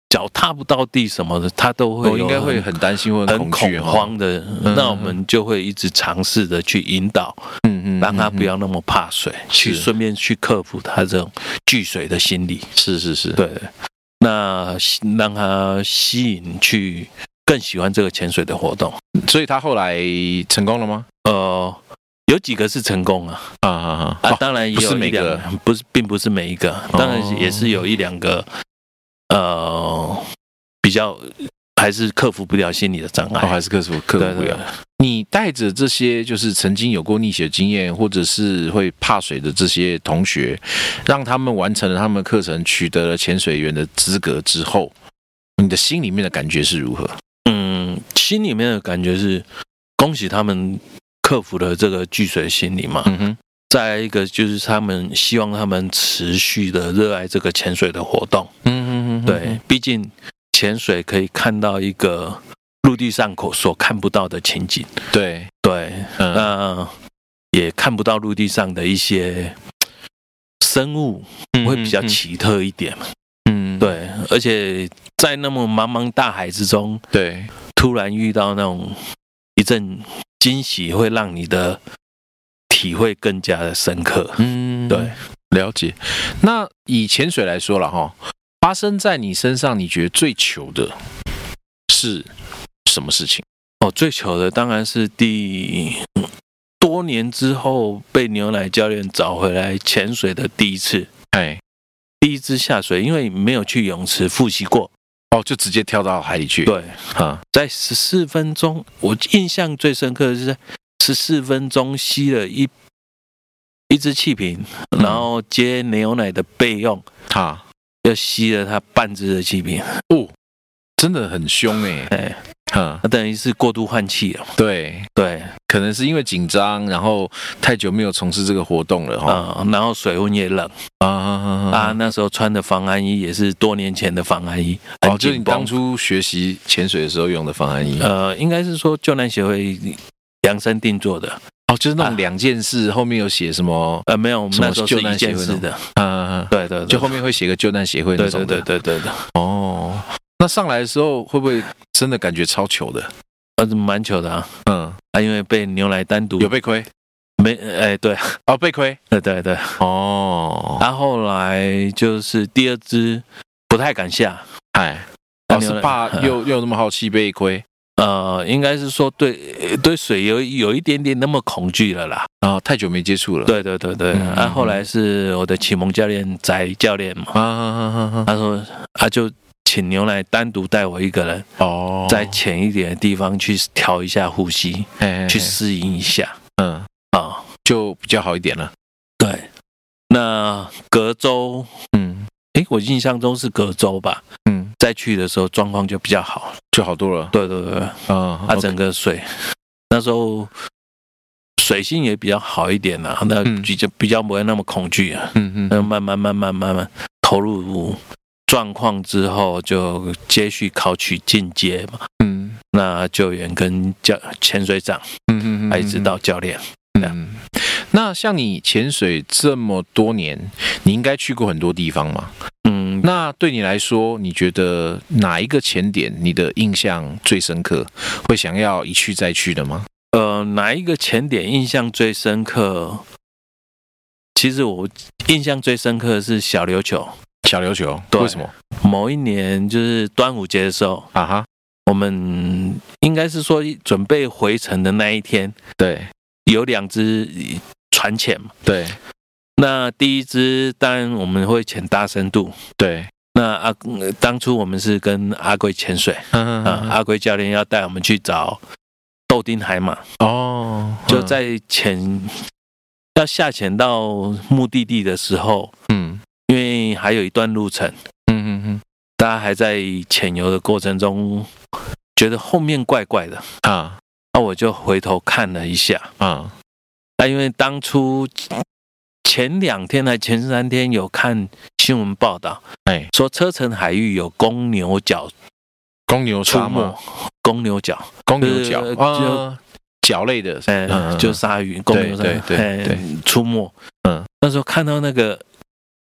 [SPEAKER 2] 脚踏不到地什么的，他都会
[SPEAKER 1] 我
[SPEAKER 2] 有
[SPEAKER 1] 应该会很担心或
[SPEAKER 2] 很
[SPEAKER 1] 恐惧
[SPEAKER 2] 恐
[SPEAKER 1] 哈，
[SPEAKER 2] 慌的。
[SPEAKER 1] 嗯
[SPEAKER 2] 那我们就会一直尝试的去引导，
[SPEAKER 1] 嗯嗯，
[SPEAKER 2] 让他不
[SPEAKER 1] 要。
[SPEAKER 2] 要那么怕水，去
[SPEAKER 1] 是
[SPEAKER 2] 顺便去克服他这种惧水的心理。
[SPEAKER 1] 是是是，
[SPEAKER 2] 对，那让他吸引去更喜欢这个潜水的活动。
[SPEAKER 1] 所以他后来成功了吗？
[SPEAKER 2] 呃，有几个是成功啊，
[SPEAKER 1] 啊啊
[SPEAKER 2] 啊，
[SPEAKER 1] 啊！
[SPEAKER 2] 当然也
[SPEAKER 1] 不是
[SPEAKER 2] 有
[SPEAKER 1] 每
[SPEAKER 2] 一两
[SPEAKER 1] 个，哦
[SPEAKER 2] 不是，并不是每一个，当然也是有一两个，呃，比较还是克服不了心理的障
[SPEAKER 1] 哦，
[SPEAKER 2] 碍，
[SPEAKER 1] 还是克服克服不
[SPEAKER 2] 对
[SPEAKER 1] 了。你带着这些就是曾经有过溺水经验，或者是会怕水的这些同学，让他们完成了他们的课程，取得了潜水员的资格之后，你的心里面的感觉是如何？
[SPEAKER 2] 嗯，心里面的感觉是恭喜他们克服了这个拒水心理嘛。
[SPEAKER 1] 嗯哼，
[SPEAKER 2] 再来一个就是他们希望他们持续的热爱这个潜水的活动，
[SPEAKER 1] 嗯嗯
[SPEAKER 2] 对，，毕竟潜水可以看到一个陆地上口所看不到的情景，
[SPEAKER 1] 对，
[SPEAKER 2] 对，
[SPEAKER 1] 嗯
[SPEAKER 2] 那也看不到陆地上的一些生物，
[SPEAKER 1] 嗯
[SPEAKER 2] 会比较奇特一点嘛。
[SPEAKER 1] 嗯，嗯，
[SPEAKER 2] 对，而且在那么茫茫大海之中，
[SPEAKER 1] 对，
[SPEAKER 2] 突然遇到那种一阵惊喜，会让你的体会更加的深刻。
[SPEAKER 1] 嗯，
[SPEAKER 2] 对，
[SPEAKER 1] 了解。那以潜水来说了哈，发生在你身上，你觉得最糗的是什么事情？
[SPEAKER 2] 哦，最糗的当然是第多年之后被牛奶教练找回来潜水的第一次，
[SPEAKER 1] 哎，
[SPEAKER 2] 第一次下水，因为没有去泳池复习过。
[SPEAKER 1] 哦，就直接跳到海里去。，
[SPEAKER 2] 对，
[SPEAKER 1] 啊，
[SPEAKER 2] 在十四分钟，我印象最深刻的是十四分钟吸了一一只气瓶，
[SPEAKER 1] 嗯
[SPEAKER 2] 然后接牛奶的备用，
[SPEAKER 1] 哈，
[SPEAKER 2] 又吸了它半只的气瓶，
[SPEAKER 1] 真的很凶哎、
[SPEAKER 2] 哎，
[SPEAKER 1] 哈，
[SPEAKER 2] 那等于是过度换气了。
[SPEAKER 1] 对，
[SPEAKER 2] 对，
[SPEAKER 1] 可能是因为紧张，然后太久没有从事这个活动了哈。
[SPEAKER 2] 啊、然后水温也冷、
[SPEAKER 1] 啊啊
[SPEAKER 2] 啊，！那时候穿的防寒衣也是多年前的防寒衣，
[SPEAKER 1] 哦，
[SPEAKER 2] 很
[SPEAKER 1] 就是你
[SPEAKER 2] 紧绷
[SPEAKER 1] 当初学习潜水的时候用的防寒衣，
[SPEAKER 2] 呃，应该是说救难协会量身定做的，
[SPEAKER 1] 哦，就是
[SPEAKER 2] 啊
[SPEAKER 1] 那种两件事，后面有写什么？
[SPEAKER 2] 呃，没有，我们
[SPEAKER 1] 什么
[SPEAKER 2] 那时候
[SPEAKER 1] 救
[SPEAKER 2] 是
[SPEAKER 1] 难
[SPEAKER 2] 一件
[SPEAKER 1] 协会
[SPEAKER 2] 事
[SPEAKER 1] 呢
[SPEAKER 2] 的，
[SPEAKER 1] 啊啊，啊
[SPEAKER 2] 对对对，
[SPEAKER 1] 就后面会写个救难协会那
[SPEAKER 2] 对
[SPEAKER 1] 种
[SPEAKER 2] 对
[SPEAKER 1] 的。
[SPEAKER 2] 对对对对，
[SPEAKER 1] 哦，那上来的时候会不会真的感觉超糗的？
[SPEAKER 2] 呃，蛮糗的啊。
[SPEAKER 1] 嗯，
[SPEAKER 2] 啊，因为被牛奶单独
[SPEAKER 1] 有被亏
[SPEAKER 2] 没，哎，对，
[SPEAKER 1] 哦，被亏
[SPEAKER 2] 对对对。
[SPEAKER 1] 哦，
[SPEAKER 2] 他、后来就是第二只不太敢下，
[SPEAKER 1] 哎，
[SPEAKER 2] 啊
[SPEAKER 1] 老
[SPEAKER 2] 牛
[SPEAKER 1] 是
[SPEAKER 2] 奶
[SPEAKER 1] 怕又又那么好奇被亏
[SPEAKER 2] 呃，应该是说对对水有有一点点那么恐惧了啦。
[SPEAKER 1] 啊，太久没接触了。
[SPEAKER 2] 对对对对，
[SPEAKER 1] 嗯
[SPEAKER 2] 啊，后来是我的启蒙教练翟教练嘛，
[SPEAKER 1] 啊啊啊
[SPEAKER 2] 他说啊，就请牛奶单独带我一个人
[SPEAKER 1] 啊！哦，
[SPEAKER 2] 在浅一点的地方去调一下呼吸，
[SPEAKER 1] 哎
[SPEAKER 2] 去适应一下
[SPEAKER 1] 嗯，
[SPEAKER 2] 啊。
[SPEAKER 1] 就比较好一点了。
[SPEAKER 2] 对，那隔周，
[SPEAKER 1] 嗯
[SPEAKER 2] 诶，我印象中是隔周吧，
[SPEAKER 1] 嗯，
[SPEAKER 2] 再去的时候状况就比较好了。
[SPEAKER 1] 就好多了。
[SPEAKER 2] 对对对，啊，
[SPEAKER 1] 啊
[SPEAKER 2] 整个水那时候水性也比较好一点啦、那
[SPEAKER 1] 嗯
[SPEAKER 2] 比较比较不会那么恐惧啊。
[SPEAKER 1] 嗯
[SPEAKER 2] 那慢慢慢慢慢慢投入状况之后，就接续考取进阶嘛。
[SPEAKER 1] 嗯
[SPEAKER 2] 那救援跟教潜水长，
[SPEAKER 1] 嗯
[SPEAKER 2] 还指导教练，
[SPEAKER 1] 嗯。那像你潜水这么多年，你应该去过很多地方嘛？
[SPEAKER 2] 嗯，
[SPEAKER 1] 那对你来说，你觉得哪一个潜点你的印象最深刻，会想要一去再去的吗？
[SPEAKER 2] 呃，哪一个潜点印象最深刻？其实我印象最深刻的是小琉球。
[SPEAKER 1] 小琉球，
[SPEAKER 2] 对
[SPEAKER 1] 为什么？
[SPEAKER 2] 某一年就是端午节的时候，
[SPEAKER 1] 啊哈，
[SPEAKER 2] 我们应该是说准备回程的那一天，
[SPEAKER 1] 对
[SPEAKER 2] 有两只船潜嘛。
[SPEAKER 1] 对
[SPEAKER 2] 那第一只当然我们会潜大深度。
[SPEAKER 1] 对，
[SPEAKER 2] 那阿、呃当初我们是跟阿贵潜水，
[SPEAKER 1] 嗯
[SPEAKER 2] 啊、阿贵教练要带我们去找豆丁海马，
[SPEAKER 1] 哦，
[SPEAKER 2] 就在潜、要下潜到目的地的时候，
[SPEAKER 1] 嗯
[SPEAKER 2] 因为还有一段路程，
[SPEAKER 1] 嗯嗯嗯
[SPEAKER 2] 大家还在潜游的过程中，觉得后面怪怪的，
[SPEAKER 1] 啊
[SPEAKER 2] 那我就回头看了一下。
[SPEAKER 1] 啊
[SPEAKER 2] 那因为当初前两天还前三天有看新闻报道，
[SPEAKER 1] 哎，
[SPEAKER 2] 说车城海域有公牛角
[SPEAKER 1] 公牛
[SPEAKER 2] 出
[SPEAKER 1] 鲨
[SPEAKER 2] 没
[SPEAKER 1] 吗？，
[SPEAKER 2] 公牛角，
[SPEAKER 1] 公牛角
[SPEAKER 2] 呃
[SPEAKER 1] 啊，角类的，
[SPEAKER 2] 哎、
[SPEAKER 1] 嗯
[SPEAKER 2] 就鲨鱼，公牛鲨鱼，
[SPEAKER 1] 对对
[SPEAKER 2] 哎
[SPEAKER 1] 对
[SPEAKER 2] 出没。
[SPEAKER 1] 嗯，
[SPEAKER 2] 那时候看到那个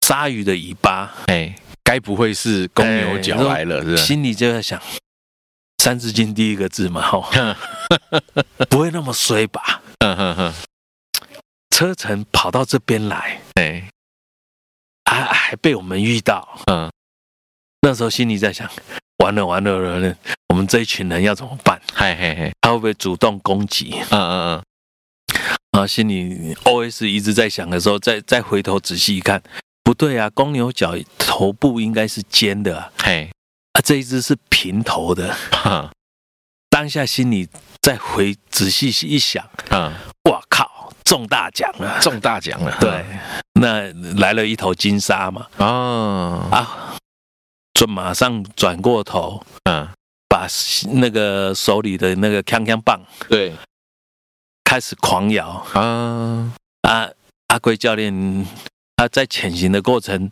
[SPEAKER 2] 鲨鱼的尾巴，
[SPEAKER 1] 哎，该不会是公牛角来了？是
[SPEAKER 2] 心里就在想，三字经第一个字嘛，吼，
[SPEAKER 1] 不 是？
[SPEAKER 2] 不会那么衰吧？
[SPEAKER 1] 哼哼哼，
[SPEAKER 2] 车程跑到这边来，
[SPEAKER 1] 哎，
[SPEAKER 2] 还、啊还被我们遇到，
[SPEAKER 1] 嗯，
[SPEAKER 2] 那时候心里在想，完了完了完了，我们这一群人要怎么办？
[SPEAKER 1] 嗨嘿嘿，
[SPEAKER 2] 他会不会主动攻击？
[SPEAKER 1] 嗯嗯
[SPEAKER 2] 然后心里 OS 一直在想的时候，再再回头仔细一看，不对啊，公牛角头部应该是尖的啊，
[SPEAKER 1] 嗯，嘿， 嗯
[SPEAKER 2] 啊这一只是平头的。
[SPEAKER 1] 哈
[SPEAKER 2] 当下心里再回仔细一想，
[SPEAKER 1] 啊，
[SPEAKER 2] 哇靠，中大奖了！
[SPEAKER 1] 中大奖了，
[SPEAKER 2] 对，那来了一头金鲨嘛，
[SPEAKER 1] 哦，
[SPEAKER 2] 啊，就马上转过头，
[SPEAKER 1] 嗯，
[SPEAKER 2] 把那个手里的那个锵锵棒
[SPEAKER 1] 对
[SPEAKER 2] 开始狂摇
[SPEAKER 1] 啊，
[SPEAKER 2] 啊！阿贵教练他在潜行的过程，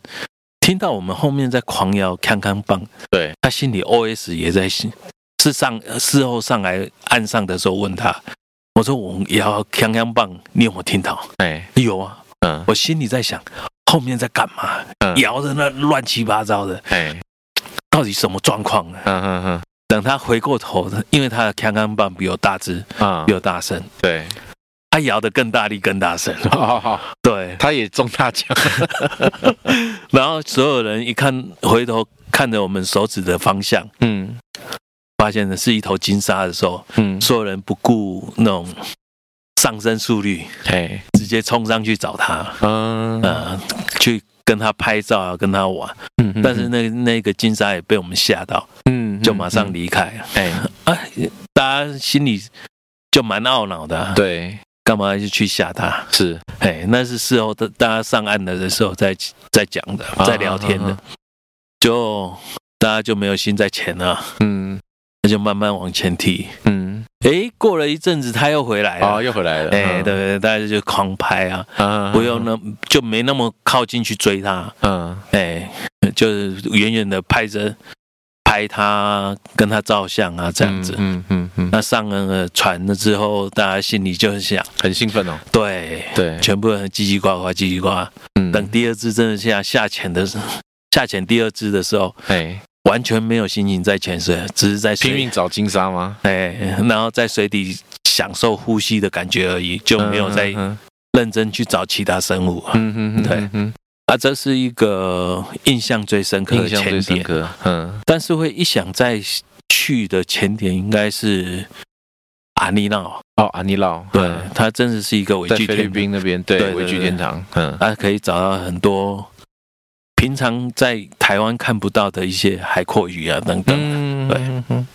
[SPEAKER 2] 听到我们后面在狂摇锵锵棒，
[SPEAKER 1] 对，
[SPEAKER 2] 他心里 OS 也在心，是上事后上来岸上的时候问他，我说我摇锵锵棒，你有没有听到？
[SPEAKER 1] 哎，
[SPEAKER 2] 有啊，
[SPEAKER 1] 嗯，
[SPEAKER 2] 我心里在想，后面在干嘛？
[SPEAKER 1] 嗯
[SPEAKER 2] 摇的那乱七八糟的，
[SPEAKER 1] 哎，
[SPEAKER 2] 到底什么状况呢？
[SPEAKER 1] 嗯嗯嗯
[SPEAKER 2] 等他回过头，因为他的锵锵棒比我大只，
[SPEAKER 1] 啊
[SPEAKER 2] 比，我大声，
[SPEAKER 1] 对，
[SPEAKER 2] 他摇得更大力、更大声。
[SPEAKER 1] 好好好，
[SPEAKER 2] 对，
[SPEAKER 1] 他也中大奖，
[SPEAKER 2] 然后所有人一看，回头看着我们手指的方向，
[SPEAKER 1] 嗯
[SPEAKER 2] 发现的是一头金鲨的时候，
[SPEAKER 1] 嗯，
[SPEAKER 2] 所有人不顾那种上升速率，
[SPEAKER 1] 嘿，
[SPEAKER 2] 直接冲上去找他，
[SPEAKER 1] 嗯
[SPEAKER 2] 呃，去跟他拍照啊，跟他玩。
[SPEAKER 1] 嗯
[SPEAKER 2] 但是那那个金鲨也被我们吓到，
[SPEAKER 1] 嗯
[SPEAKER 2] 就马上，离开。
[SPEAKER 1] 哎，
[SPEAKER 2] 哎，大家心里就蛮懊恼的、啊，，
[SPEAKER 1] 对，
[SPEAKER 2] 干嘛就去吓他？
[SPEAKER 1] 是
[SPEAKER 2] 哎，那是事后的大家上岸的时候再再讲的，再聊天
[SPEAKER 1] 啊
[SPEAKER 2] 的，，就大家就没有心在潜了，
[SPEAKER 1] 嗯
[SPEAKER 2] 那就慢慢往前踢。
[SPEAKER 1] 嗯，
[SPEAKER 2] 哎，过了一阵子他又回来
[SPEAKER 1] 啊，
[SPEAKER 2] 了，
[SPEAKER 1] 又回来了，
[SPEAKER 2] 哎、对，对，大家就狂拍啊，
[SPEAKER 1] 啊，
[SPEAKER 2] 不用，那就没那么靠近去追他，
[SPEAKER 1] 嗯
[SPEAKER 2] 哎，就是远远的拍着拍他，跟他照相啊，这样子。
[SPEAKER 1] 嗯嗯嗯，
[SPEAKER 2] 那上了船了之后，大家心里就想，
[SPEAKER 1] 很兴奋哦，
[SPEAKER 2] 对，
[SPEAKER 1] 对，
[SPEAKER 2] 全部人叽叽呱呱，叽叽呱呱。
[SPEAKER 1] 嗯
[SPEAKER 2] 等，第二只真的下下潜的时候， 下潜第二只的时候，
[SPEAKER 1] 哎，
[SPEAKER 2] 完全没有心情在潜水，只是在水
[SPEAKER 1] 拼命找金沙吗？
[SPEAKER 2] 哎，然后在水底享受呼吸的感觉而已，就没有在
[SPEAKER 1] 嗯
[SPEAKER 2] 认真去找其他生物啊。
[SPEAKER 1] 嗯嗯，
[SPEAKER 2] 啊，这是一个印象最深刻的
[SPEAKER 1] 印象最
[SPEAKER 2] 潜
[SPEAKER 1] 深
[SPEAKER 2] 点，
[SPEAKER 1] 刻，嗯，
[SPEAKER 2] 但是会一想再去的潜点应该是阿尼纳，
[SPEAKER 1] 哦，安妮老，
[SPEAKER 2] 对，它真的是一个伪
[SPEAKER 1] 在
[SPEAKER 2] 纪
[SPEAKER 1] 菲律
[SPEAKER 2] 天兵。
[SPEAKER 1] 宾那边，对，维居天堂，嗯
[SPEAKER 2] 啊，可以找到很多平常在台湾看不到的一些海阔鱼啊等等，
[SPEAKER 1] 嗯，哦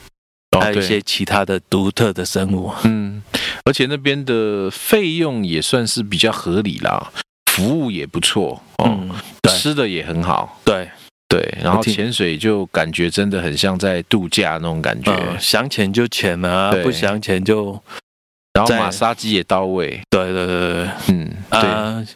[SPEAKER 1] 对。
[SPEAKER 2] 还有一些其他的独特的生物。
[SPEAKER 1] 嗯，而且那边的费用也算是比较合理啦，服务也不错哦，
[SPEAKER 2] 嗯，对
[SPEAKER 1] 吃的也很好，
[SPEAKER 2] 对，
[SPEAKER 1] 对，然后
[SPEAKER 2] 我听
[SPEAKER 1] 潜水就感觉真的很像在度假那种感觉，
[SPEAKER 2] 嗯，想潜就潜啊，
[SPEAKER 1] 对
[SPEAKER 2] 不想潜就
[SPEAKER 1] 然后
[SPEAKER 2] 在
[SPEAKER 1] 马杀鸡也到位，
[SPEAKER 2] 对对对对
[SPEAKER 1] 嗯，
[SPEAKER 2] 对
[SPEAKER 1] 对，
[SPEAKER 2] 啊，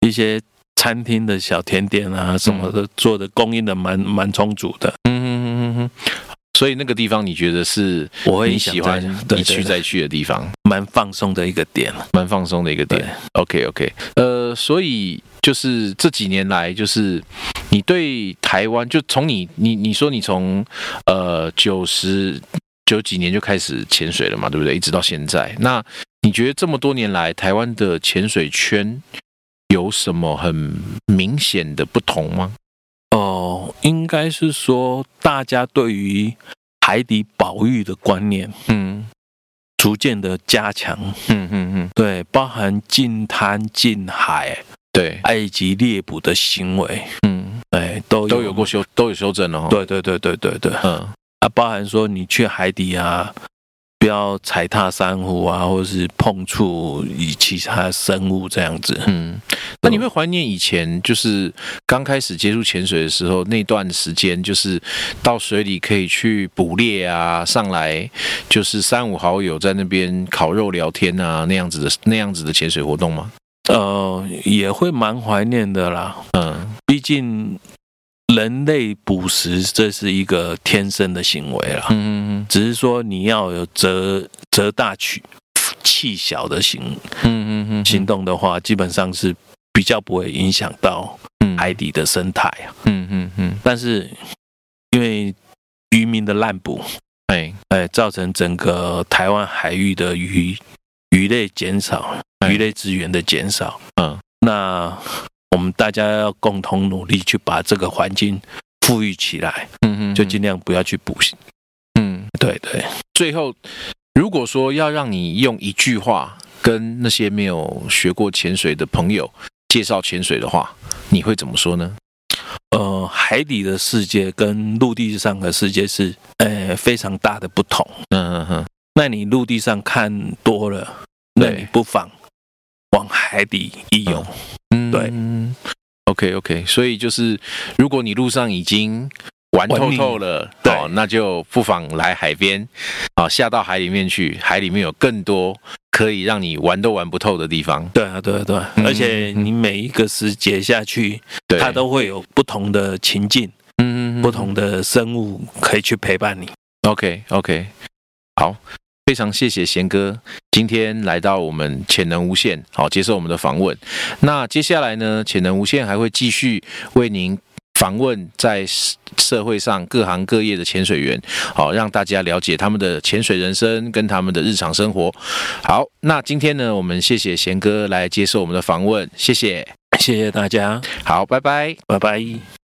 [SPEAKER 2] 一些餐厅的小甜点啊什么的、做的供应的蛮蛮充足的，
[SPEAKER 1] 嗯嗯嗯嗯，所以那个地方你觉得是
[SPEAKER 2] 我会
[SPEAKER 1] 你
[SPEAKER 2] 想
[SPEAKER 1] 喜欢
[SPEAKER 2] 再对
[SPEAKER 1] 一
[SPEAKER 2] 对
[SPEAKER 1] 去
[SPEAKER 2] 对
[SPEAKER 1] 再去的地方，
[SPEAKER 2] 蛮放松的一个点。
[SPEAKER 1] 蛮放松的一个
[SPEAKER 2] 对
[SPEAKER 1] 点。，OK OK，呃，所以就是这几年来，就是你对台湾，就从你你你说你从呃九十九几年就开始潜水了嘛，对不对？一直到现在，那你觉得这么多年来，台湾的潜水圈有什么很明显的不同吗？
[SPEAKER 2] 哦、应该是说大家对于海底保育的观念
[SPEAKER 1] 嗯
[SPEAKER 2] 逐渐的加强，
[SPEAKER 1] 嗯嗯嗯，
[SPEAKER 2] 对，包含进滩、进海、
[SPEAKER 1] 对，
[SPEAKER 2] 埃及猎捕的行为，
[SPEAKER 1] 嗯，
[SPEAKER 2] 哎，都有
[SPEAKER 1] 都有过。修，都有修正了哈、哦。，
[SPEAKER 2] 对对对对对对，
[SPEAKER 1] 嗯
[SPEAKER 2] 啊，包含说你去海底啊，不要踩踏珊瑚啊，或者是碰触与其他生物这样子。
[SPEAKER 1] 嗯，那你会怀念以前就是刚开始接触潜水的时候那段时间，就是到水里可以去捕猎啊，上来就是三五好友在那边烤肉聊天啊那样子的那样子的潜水活动吗？
[SPEAKER 2] 呃，也会蛮怀念的啦。
[SPEAKER 1] 嗯，
[SPEAKER 2] 毕竟人类捕食这是一个天生的行为啦，
[SPEAKER 1] 嗯
[SPEAKER 2] 只是说你要有择择大取弃小的行
[SPEAKER 1] 嗯嗯
[SPEAKER 2] 行动的话，基本上是比较不会影响到
[SPEAKER 1] 嗯
[SPEAKER 2] 海底的生态啊。
[SPEAKER 1] 嗯嗯嗯，
[SPEAKER 2] 但是因为渔民的滥捕，
[SPEAKER 1] 哎
[SPEAKER 2] 哎，造成整个台湾海域的鱼鱼类减少，
[SPEAKER 1] 哎
[SPEAKER 2] 鱼类资源的减少。
[SPEAKER 1] 嗯，
[SPEAKER 2] 那我们大家要共同努力去把这个环境富裕起来，
[SPEAKER 1] 嗯嗯，
[SPEAKER 2] 就尽量不要去捕。
[SPEAKER 1] 嗯，
[SPEAKER 2] 对对，
[SPEAKER 1] 最后如果说要让你用一句话跟那些没有学过潜水的朋友介绍潜水的话，你会怎么说呢？
[SPEAKER 2] 呃，海底的世界跟陆地上的世界是呃非常大的不同。
[SPEAKER 1] 嗯嗯嗯，
[SPEAKER 2] 那你陆地上看多了，那
[SPEAKER 1] 对
[SPEAKER 2] 你不妨往海底一游。
[SPEAKER 1] 嗯
[SPEAKER 2] 对
[SPEAKER 1] ，OK OK，所以就是如果你路上已经玩透透了，
[SPEAKER 2] 对
[SPEAKER 1] 哦，那就不妨来海边，啊、下到海里面去，海里面有更多可以让你玩都玩不透的地方。
[SPEAKER 2] 对啊，对啊，对啊，
[SPEAKER 1] 嗯
[SPEAKER 2] 而且你每一个时节下去，
[SPEAKER 1] 对，
[SPEAKER 2] 它都会有不同的情境、
[SPEAKER 1] 嗯嗯嗯
[SPEAKER 2] 不同的生物可以去陪伴你。
[SPEAKER 1] OK OK，好，非常谢谢贤哥今天来到我们潜能无限，好接受我们的访问。那接下来呢，潜能无限还会继续为您访问在社社会上各行各业的潜水员，好让大家了解他们的潜水人生跟他们的日常生活。好，那今天呢，我们谢谢贤哥来接受我们的访问，谢谢。
[SPEAKER 2] 谢谢大家，
[SPEAKER 1] 好，拜拜。
[SPEAKER 2] 拜拜。